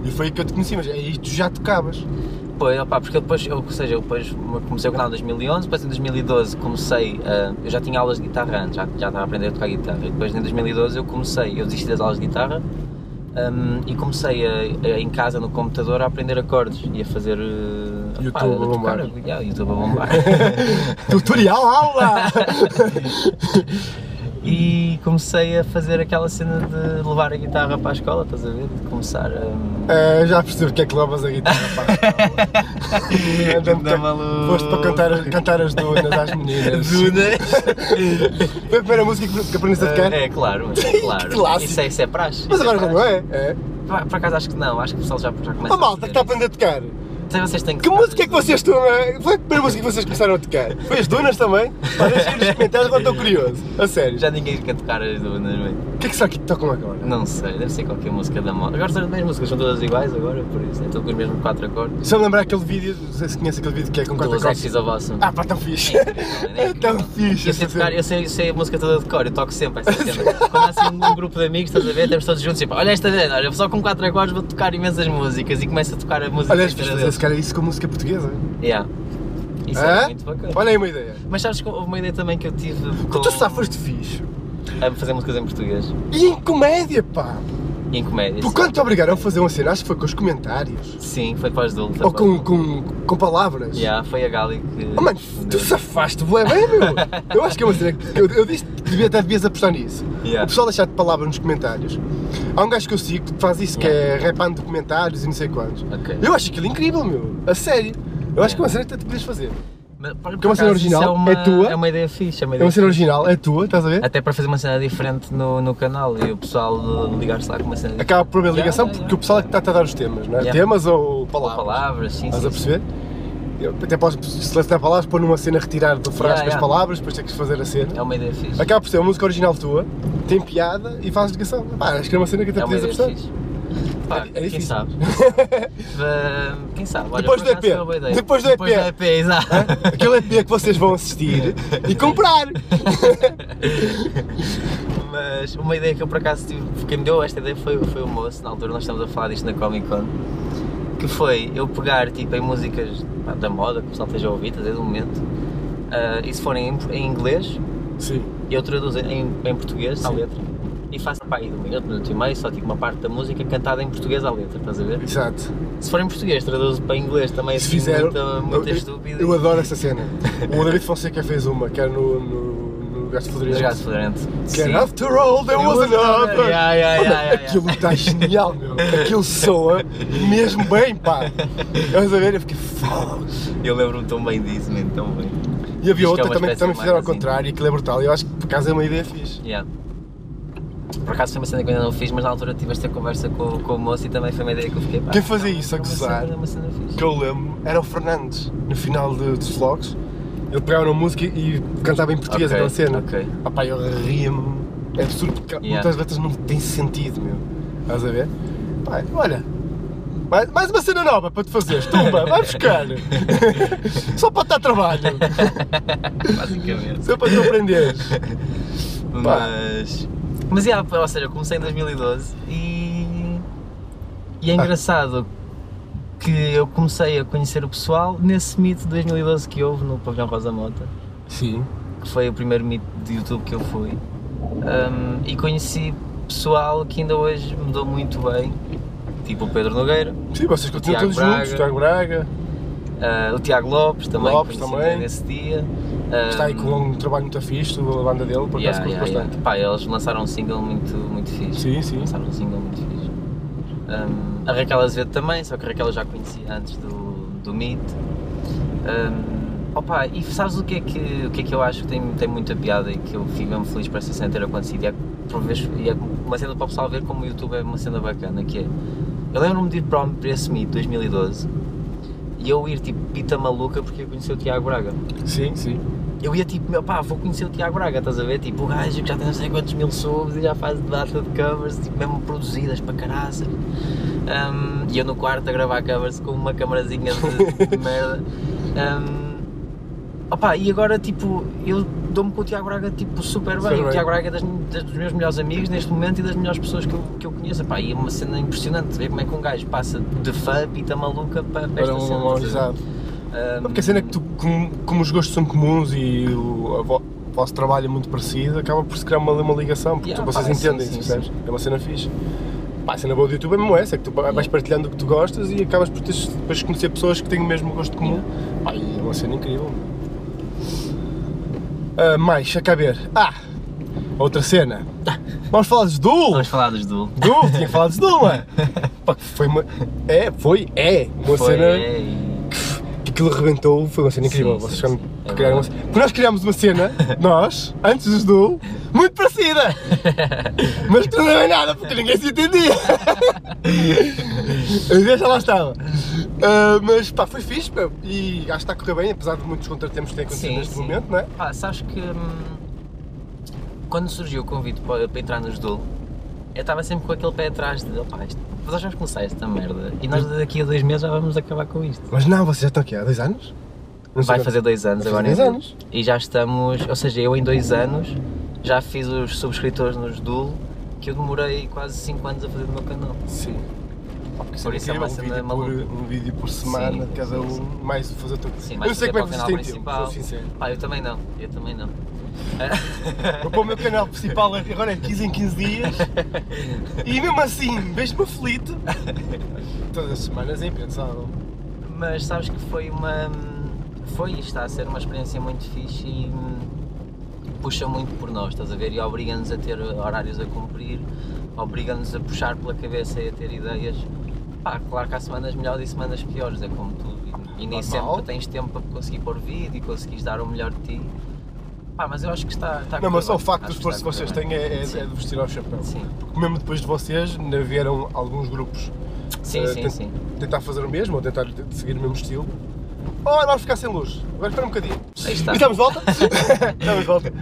E foi aí que eu te conheci, mas aí tu já tocavas. Pois, opá, porque eu depois, eu, ou seja, eu depois comecei o canal em 2011, depois em 2012 comecei, ah, eu já tinha aulas de guitarra antes, já, já estava a aprender a tocar guitarra, e depois em 2012 eu comecei, eu desisti das aulas de guitarra ahm, e comecei a- a- em casa, no computador, a aprender acordes e a fazer... ah, YouTube opá, a bombar. tocar, yeah, YouTube a bombar. Tutorial aula! e comecei a fazer aquela cena de levar a guitarra para a escola, estás a ver? De começar hum, a... Ah, já percebo que é que levas a guitarra para a escola. Anda maluco. Foste para cantar, cantar as dunas às meninas. Foi a primeira música que que aprendeste a tocar? É, claro, é claro. Que clássico. Isso é, isso é praxe. Mas isso agora é já não praxe. é? é. Pá, Por acaso acho que não, acho que o pessoal já, já começa A Oh, malta que está a aprender fazer a tocar. isso. Então vocês têm que Que fazer música é que isso. vocês estão a... Foi a primeira música que vocês começaram a tocar? Foi as dunas também? Pá, deixem nos comentários agora estou curioso. A sério. Já ninguém quer tocar as dunas, bem. O que é que será que tocam agora? Não sei, deve ser qualquer música da moda. Agora todas as músicas são todas iguais agora, por isso. Então com os mesmos quatro acordes. Só me lembrar aquele vídeo, não sei se conhece aquele vídeo que é com quatro Dos cortes. Axis of Awesome. Ah pá, tão fixe. É tão fixe. Eu sei, essa tocar, eu, sei, eu sei a música toda de cor, eu toco sempre essa cena. Quando há assim um, um grupo de amigos, estás a ver, estamos todos juntos, tipo, olha esta cena, olha, só com quatro acordes vou tocar imensas músicas e começo a tocar a música Olha, és fixe inteira fazer deles. esse cara é isso com música portuguesa. Yeah. Isso Hã? é muito bacana. Olha aí uma ideia. Mas sabes que houve uma ideia também que eu tive com... Tu te safas de fixe. a fazer músicas em português E em comédia, pá! e em comédias. Por quanto te obrigaram a fazer uma cena? Acho que foi com os comentários. Sim, foi para os adultos. Ou com, com, com palavras. Tá Yeah, foi a Gali que... Oh, mano, tu safaste bué bem, meu! Eu acho que é uma cena que eu, eu disse que devia, até devias apostar nisso. Yeah. O pessoal deixar de palavra nos comentários. Há um gajo que eu sigo que faz isso, que é repando comentários e não sei quantos. Ok. Eu acho aquilo incrível, meu! A sério! Eu acho Yeah. que é uma cena que até devias fazer. Mas, por- Que é uma por cena acaso, original, isso uma, é tua? É uma ideia fixe. É uma É ideia uma cena fixe. original, é tua, estás a ver? Até para fazer uma cena diferente no, no canal e o pessoal ligar-se lá com uma cena diferente. Acaba por haver ligação Yeah, yeah, porque o pessoal é que está a dar os temas, não é? Yeah. Temas ou Ou palavras, sim, Estás sim. a perceber? Eu até podes selecionar palavras, pôr numa cena, retirar do frasco Yeah, yeah. as palavras, depois ter que fazer a sim. cena. É uma ideia fixe. Acaba por ser uma música original tua, tem piada e faz ligação. Pá, acho que é uma cena que até é uma podias ideia apostar. fixe. Pá, É quem difícil. sabe? Mas, quem sabe? Olha, Depois por do acaso EP. foi uma boa ideia. Depois do Depois EP. do EP, exato. Aquele EP que vocês vão assistir e comprar! Mas Mas uma ideia que eu por acaso tive, quem me deu esta ideia foi, foi o moço, na altura nós estávamos a falar disto na Comic Con, que foi eu pegar tipo em músicas pá, da moda, que o pessoal esteja a ouvir, desde o momento, ah, e se forem em, em inglês, Sim. eu traduzo em, em português à letra. E faço pá, aí de um minuto, minuto e meio, só tipo uma parte da música cantada em português à letra, estás a ver? Exato. Se for em português, traduzo para inglês também, Se assim, fizer. muita, muita eu, estúpida. eu adoro essa cena. O David Fonseca fez uma, que era no, no, no Gasto Fodorento. Jogado federante. Que era After All, there was another. Yeah, yeah, Olha, yeah, yeah, yeah. Aquilo está genial, meu. Aquilo soa mesmo bem, pá. Estás a ver? Eu fiquei foda. Eu lembro-me tão bem disso, man, tão bem. E Diz que havia outra é uma também que espécie também de fizeram ao magazine. contrário e aquilo é brutal. Eu acho que por acaso é uma ideia fixe. Yeah. Por acaso foi uma cena que eu ainda não fiz, mas na altura tive esta conversa com, com o moço e também foi uma ideia que eu fiquei. pá, Quem fazia é isso a uma gozar? cena- é uma cena fixe. que eu lembro era o Fernandes, no final de- dos vlogs. Ele pegava na música e cantava em português Ok, aquela cena. ok. Ah pá, eu ria-me. É absurdo porque Yeah. muitas letras não têm sentido, meu. Estás a ver? Pá, olha. Mais, mais uma cena nova para te fazeres. Tumba, vai buscar. Só para te dar trabalho. Basicamente. Só para tu aprenderes. Pá. Mas. Mas yeah, ou seja, eu comecei em 2012 e. E é Ah. engraçado que eu comecei a conhecer o pessoal nesse meet de 2012 que houve no Pavilhão Rosa Mota. Sim. que foi o primeiro mito de YouTube que eu fui. Um, e conheci pessoal que ainda hoje me dou muito bem, tipo o Pedro Nogueira, Sim, vocês continuam Tiago todos Braga. juntos. Tiago Braga. uh, o Tiago Lopes também, Lopes que conheci também. nesse dia. que Está aí com um trabalho muito fixe, a banda dele, por acaso yeah, curto yeah, yeah. bastante. Pá, eles lançaram um single muito, muito fixe. Sim, sim. Lançaram um single muito fixe. Um, a Raquel Azevedo também, só que a Raquel eu já conhecia antes do, do Meet. Um, opa, e sabes o que é que, o que, é que eu acho que tem, tem muita piada e que eu fico mesmo feliz por essa cena ter acontecido? E é, que, por vezes, e é uma cena para o pessoal ver como o YouTube é uma cena bacana, que é. Eu lembro-me de ir para, o- para esse Meet 2012 e eu ir tipo pita maluca porque eu conheci o Tiago Braga Sim, sim. eu ia tipo, meu, pá, vou conhecer o Tiago Braga, estás a ver? Tipo, o gajo que já tem não sei quantos mil subs e já faz data de covers, tipo, mesmo produzidas para caraças. Um, e eu no quarto a gravar covers com uma camarazinha de, de merda. Um, opá, e agora tipo, eu dou-me com o Tiago Braga tipo, super bem. Super O bem. Tiago Braga é das, das- dos meus melhores amigos neste momento e das melhores pessoas que eu, que eu conheço. Opá, e é uma cena impressionante ver como é que um gajo passa de fã, pita maluca, para, para Para esta um cena. estás a ver? humanizado. Um, Porque a cena é que tu, como, como os gostos são comuns e o, a vo- o vosso trabalho é muito parecido, acaba por se criar uma, uma ligação, porque Yeah, tu- vocês pá, sim, entendem, sim, percebes? É uma cena fixe. Pá, a cena boa do YouTube é mesmo essa, é que tu vais partilhando o que tu gostas e acabas por teres, depois conhecer pessoas que têm o mesmo gosto comum. Pá, e é uma cena incrível. Ah, mais, a caber. Ah! Outra cena. Vamos falar de Dool! Vamos falar dos Duel. Dool, tinha falado de Dool, mano! Pá, que Foi uma. É, foi, é! Uma Foi, cena é, e- que aquilo rebentou foi uma cena incrível. Sim, Vocês sim, sim, sim. É criaram uma verdade. cena. Porque nós criámos uma cena, nós, antes dos Duel, muito parecida! Mas que não é nada porque ninguém se entendia! Mas eu já lá estava. Ah, mas pá, foi fixe meu. e acho que está a correr bem, apesar de muitos contratempos que têm acontecido Sim, neste sim. momento, não é? Pá, sabes que hum, quando surgiu o convite para, para entrar nos Duel, eu estava sempre com aquele pé atrás de opá, isto, nós vamos começar esta merda e nós Hum. daqui a dois meses já vamos acabar com isto. Mas não, vocês já estão aqui há dois anos? Não sei Vai quanto- fazer dois anos Vai agora fazer em dois abril. e já estamos, ou seja, eu em dois anos já fiz os subscritores nos Duel que eu demorei quase 5 anos a fazer no meu canal. Sim. Pá, porque Por isso é incrível, uma um cena vídeo maluca. Por, um vídeo por semana, Sim, cada sim, um, sim. mais fazer tudo. Sim, eu mais não sei como fazer é que vocês para o canal têm tempo, principal. sou sincero. Pá, eu também não, eu também não. Vou para o meu canal principal agora é 15 em 15 dias e mesmo assim vejo-me aflito. Todas as semanas é impensável. mas sabes que foi uma foi e está a ser uma experiência muito fixe e hum, puxa muito por nós, estás a ver? E obriga-nos a ter horários a cumprir, obriga-nos a puxar pela cabeça e a ter ideias. Pá, claro que há semanas melhores e semanas piores, é como tudo. E, e nem Normal. sempre tens tempo para conseguir pôr vídeo e conseguires dar o melhor de ti. Pá, mas eu acho que está. está a Não, mas correr só o bem. facto do Acho que esforço que está a vocês correr têm é, é, é Sim. de vestir ao chapéu. bem. Sim, Porque mesmo depois de vocês ainda vieram alguns grupos sim, eh, sim. tent- sim. tentar fazer o mesmo ou tentar de- seguir o mesmo estilo. Oh, vamos ficar sem luz. Agora espera um bocadinho. Aí está. E estamos de volta? estamos de volta.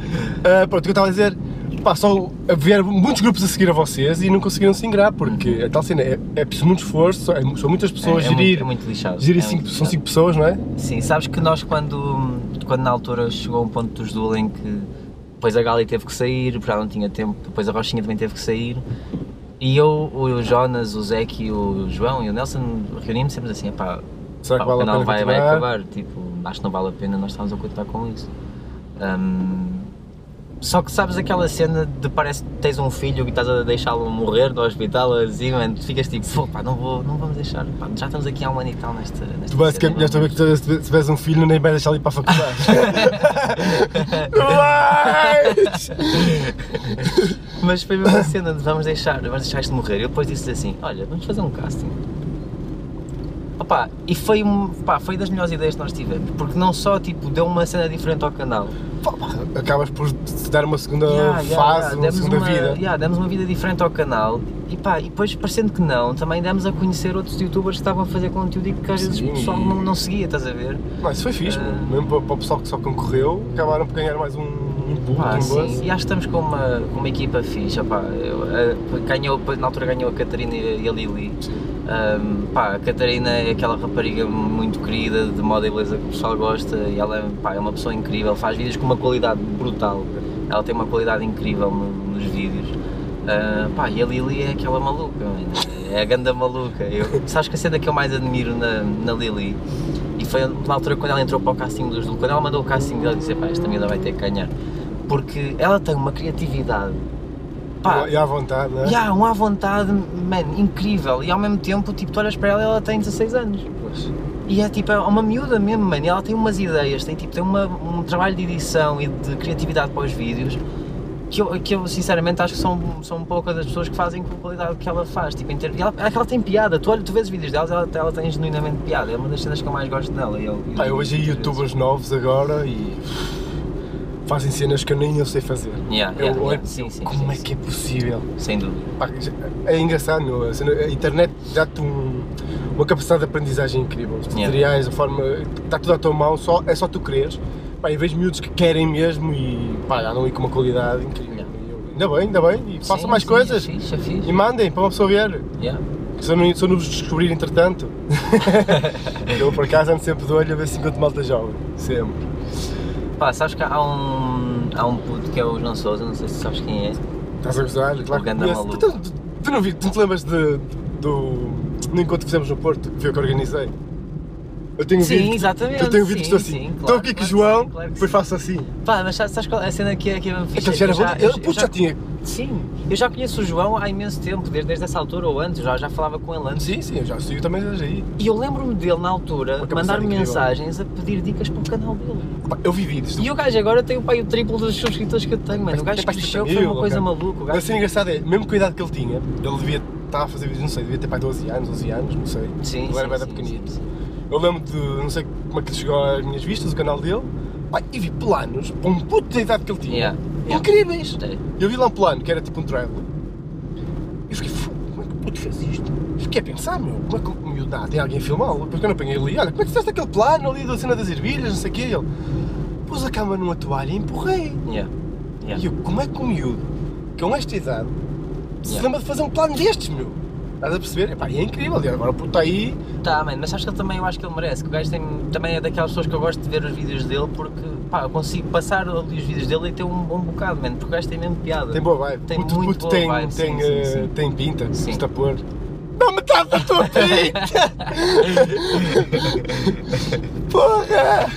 Ah, pronto, o que eu estava a dizer, pá, só vieram muitos grupos a seguir a vocês e não conseguiram se ingrar, porque a tal cena é, é preciso muito esforço, é, são muitas pessoas, Uhum. é, é gerir, muito, é muito lixado. gerir é cinco- muito são lixado. 5 pessoas, não é? Sim, sabes que nós quando, quando na altura chegou um ponto dos Duel em que Depois a Gali teve que sair, porque ela não tinha tempo. Depois a Rochinha também teve que sair. E eu, o Jonas, o Zeque, o João e o Nelson reunimos sempre assim, pá, Será que pá, o vale a canal pena vai, vai continuar? acabar, tipo, acho que não vale a pena nós estamos a continuar com isso. Ahm, só que sabes aquela cena de parece que tens um filho e estás a deixá-lo morrer no hospital, assim, mano, tu ficas tipo, "Pô, pá, não, vou, não vamos deixar, pá, já estamos aqui há um ano e tal nesta. nesta Tu basicamente já cena, sabes que tu, se tiveres um filho nem vais deixar ele ir para a faculdade. não vais! Mas foi mesmo a cena de vamos deixar, vamos deixar isto morrer. Eu depois disse assim, olha, vamos fazer um casting. Opa, e foi, um- pá, foi das melhores ideias que nós tivemos, porque não só tipo, deu uma cena diferente ao canal, Pá, pá, Acabas por te dar uma segunda Yeah, fase, yeah, yeah, uma segunda uma, vida. yeah, demos uma vida diferente ao canal e pá, e depois parecendo que não, também demos a conhecer outros youtubers que estavam a fazer conteúdo e que às vezes Sim. o pessoal não, não seguia, estás a ver? Não, isso foi fixe, Ah. mano. mesmo para, para o pessoal que só concorreu, acabaram por ganhar mais um impulso, Pá, um Ah, sim, buzz. e acho que estamos com uma, com uma equipa fixa, pá. Eu, a- ganhou, na altura ganhou a Catarina e a Lili. Um, pá, a Catarina é aquela rapariga muito querida, de moda e beleza que o pessoal gosta e ela pá, é uma pessoa incrível, faz vídeos com uma qualidade brutal, ela tem uma qualidade incrível no- nos vídeos. Ah, pá, e a Lili é aquela maluca, mano, é a ganda maluca. Eu, sabes que a cena que eu mais admiro na, na Lili e foi na altura quando ela entrou para o casting dos Lu, quando ela mandou o casting dela, eu disse: pá, esta menina vai ter que ganhar, porque ela tem uma criatividade. Pá, E à vontade, não é? Yeah, um à vontade, man, incrível. E ao mesmo tempo, tipo, tu olhas para ela e ela tem 16 anos. Pois. E é tipo, é uma miúda mesmo, mano. E ela tem umas ideias, tem tipo, tem uma- um trabalho de edição e de criatividade para os vídeos que eu, que eu sinceramente acho que são, são poucas das pessoas que fazem com a qualidade que ela faz. Tipo, em ter, e ela, é que ela tem piada, tu, olha, tu vês vídeos delas, ela, ela tem genuinamente piada. É uma das cenas que eu mais gosto dela. e Eu, eu, Pá, eu vejo aí youtubers novos agora e fazem cenas que eu nem eu sei fazer. Yeah, Eu yeah, olho, yeah, sim, sim, como sim, é que é possível? Sem dúvida. Pá, é engraçado, meu. A cena- a internet dá-te um- uma capacidade de aprendizagem incrível. Os Yeah. tutoriais, a forma. Está tudo à tua mão, só, é só tu quereres. Pá, e vejo miúdos que querem mesmo e pá, andam ali com uma qualidade incrível. Yeah. E eu, Ainda bem, ainda bem. E façam Sim, mais sim, coisas. É fixe, é fixe. E mandem para uma pessoa ver. Yeah. que Se eu não, se eu não vos descobrir, entretanto. eu, por acaso, ando sempre de olho a ver se encontro malta jovem. Sempre. Pá, sabes que há um, há um puto que é o João Sousa, não sei se sabes quem é. Estás a gozar? Claro que ganda conheço. maluco. Tu, tu, tu não vi, tu não te lembras de, do, do encontro que fizemos no Porto? Que foi eu que organizei. Eu tenho Sim, vídeo. exatamente, Eu tenho vídeo que estou sim, assim. sim, claro, estou aqui com o claro que João, sim, claro que depois sim. faço assim. Pá, mas sabes sabes qual é a cena que é, que é bem fixe? Aquele já era bom. Eu eu- Ele eu puto, já tinha. Sim, eu já conheço o João há imenso tempo, desde, desde essa altura ou antes, já, já falava com ele antes. Sim, sim, eu já sigo também desde aí. E eu lembro-me dele na altura Uma capacidade mandar-me incrível. mensagens a pedir dicas para o canal dele. Pá, Eu vi vídeos. E o gajo agora tem pai, o triplo dos subscritores que eu tenho, mano. O gajo Tem mais de cresceu, 30 foi uma mil, coisa ok. maluca. O Mas gajo... assim, engraçado é, mesmo com a idade que ele tinha, ele devia estar a fazer vídeos, não sei, devia ter pai 12 anos, 11 anos, não sei. Sim, Ele era é bué da sim, pequenino. sim, sim. Eu lembro de, não sei como é que chegou às minhas vistas, o canal dele, pá, e vi planos para um puto da idade que ele tinha. Yeah, yeah. Incríveis! É. Eu vi lá um plano que era tipo um trailer. E eu fiquei, "Fu, como é que o puto fez isto? Fiquei a pensar, meu, como é que o miúdo dá? Tem alguém a filmá-lo? Depois quando eu apanhei ali, olha, como é que fizeste aquele plano ali da cena das ervilhas, não sei o quê? Ele pus a cama numa toalha e empurrei. Yeah. Yeah. E eu, como é que um miúdo, com esta idade, se Yeah. lembra de fazer um plano destes, meu? Estás a perceber? Epá, e é incrível, e agora o puto está aí, Tá, mano, mas acho que ele também, eu acho que ele merece. Que o gajo tem, também é daquelas pessoas que eu gosto de ver os vídeos dele porque, pá, eu consigo passar ali os vídeos dele e ter um bom bocado, mano, porque o gajo tem mesmo piada. tem boa vibe. Tem o puto, muito puto boa tem, vibe, sim, tem, sim, eh, sim. tem pinta, Sim. se está a pôr. Não me estás a tua pinta! Porra!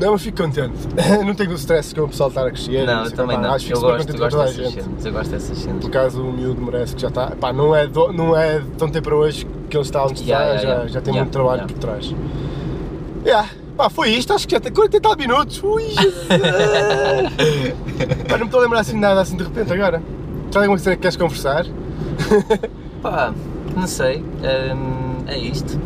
Não, mas fico contente. Não tenho o stress com o pessoal estar a crescer. Não, eu sei também como, pá, não. Acho que eu fico super gosto, contente com gosto toda a dessas gente. cenas. Eu gosto dessas cenas. Por acaso o miúdo merece que já está. Pá, não é, do, não é de ontem para hoje que ele está onde Yeah, está, yeah, já, yeah. já tem Yeah, muito trabalho yeah. por trás. Yeah. Pá, foi isto, acho que já tem 40 e tal minutos. Ui, Jesus! Pá, não me estou a lembrar assim de nada assim de repente agora. Tens alguma cena que queres conversar? Pá, não sei. hum, é isto.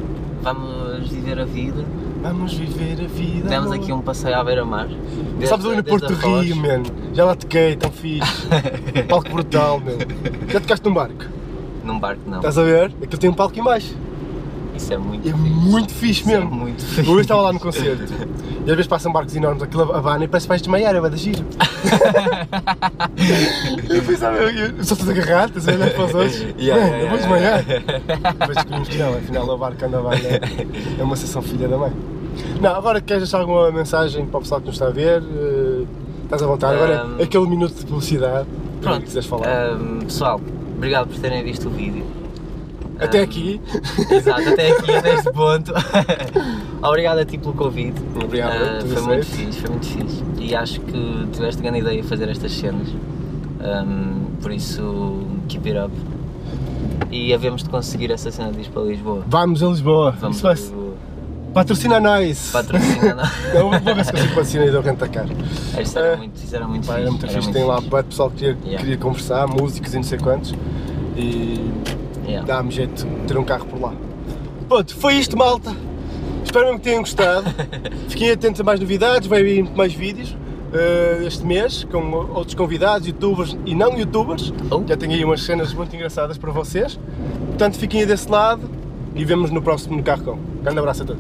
Vamos viver a vida. Vamos viver a vida. Demos amor. aqui um passeio à beira-mar. Desde- Sabes ali no desde Porto a Foz. Rio, mano. Já lá toquei, tão fixe. palco brutal, meu. Já tocaste num barco? Num barco, não. Estás a ver? Aquilo tem um palco em baixo. Isso é muito É fixe. muito fixe Isso é mesmo. muito Eu fixe. hoje estava lá no concerto e às vezes passam barcos enormes, aquilo abana e parece que vais desmaiar, é bué de giro. eu pensava, eu, eu só estou agarrado, estás a é olhar para os outros. Yeah, Mano, eu vou yeah, desmaiar. yeah, Depois descobrimos que não, afinal o barco anda bem, né? é uma sessão filha da mãe. Não, agora queres deixar alguma mensagem para o pessoal que nos está a ver? Eh, Estás à vontade. Agora, Ahm. aquele minuto de publicidade, o que Pronto, Ah, quiseres falar. ahm, pessoal, obrigado por terem visto o vídeo. Até ahm, aqui. Exato, até aqui, até este ponto. Obrigado a ti pelo convite. Obrigado, Ah, tudo foi muito certo. fixe, foi muito fixe. E acho que tiveste grande ideia fazer estas cenas. Ahm, por isso, keep it up. E havemos de conseguir essa cena de ir para Lisboa. Vamos a Lisboa. Vamos Isso vai -se. Lisboa. Patrocina nós. Patrocina Eu vou ver se consigo patrocinar e dou renta cara. Isso era É. muito, isso era muito Pá, fixe. era muito fixe. Tem lá fixe. bué de pessoal que queria, Yeah. queria conversar, músicos e não sei quantos. E Yeah. dá-me jeito de ter um carro por lá. Pronto, foi isto, malta. Espero mesmo que tenham gostado. Fiquem atentos a mais novidades, vai vir mais vídeos eh, este mês com outros convidados, youtubers e não youtubers. Oh. Já tenho aí umas cenas muito engraçadas para vocês. Portanto, fiquem aí desse lado e vemos no próximo no carro com. Grande abraço a todos.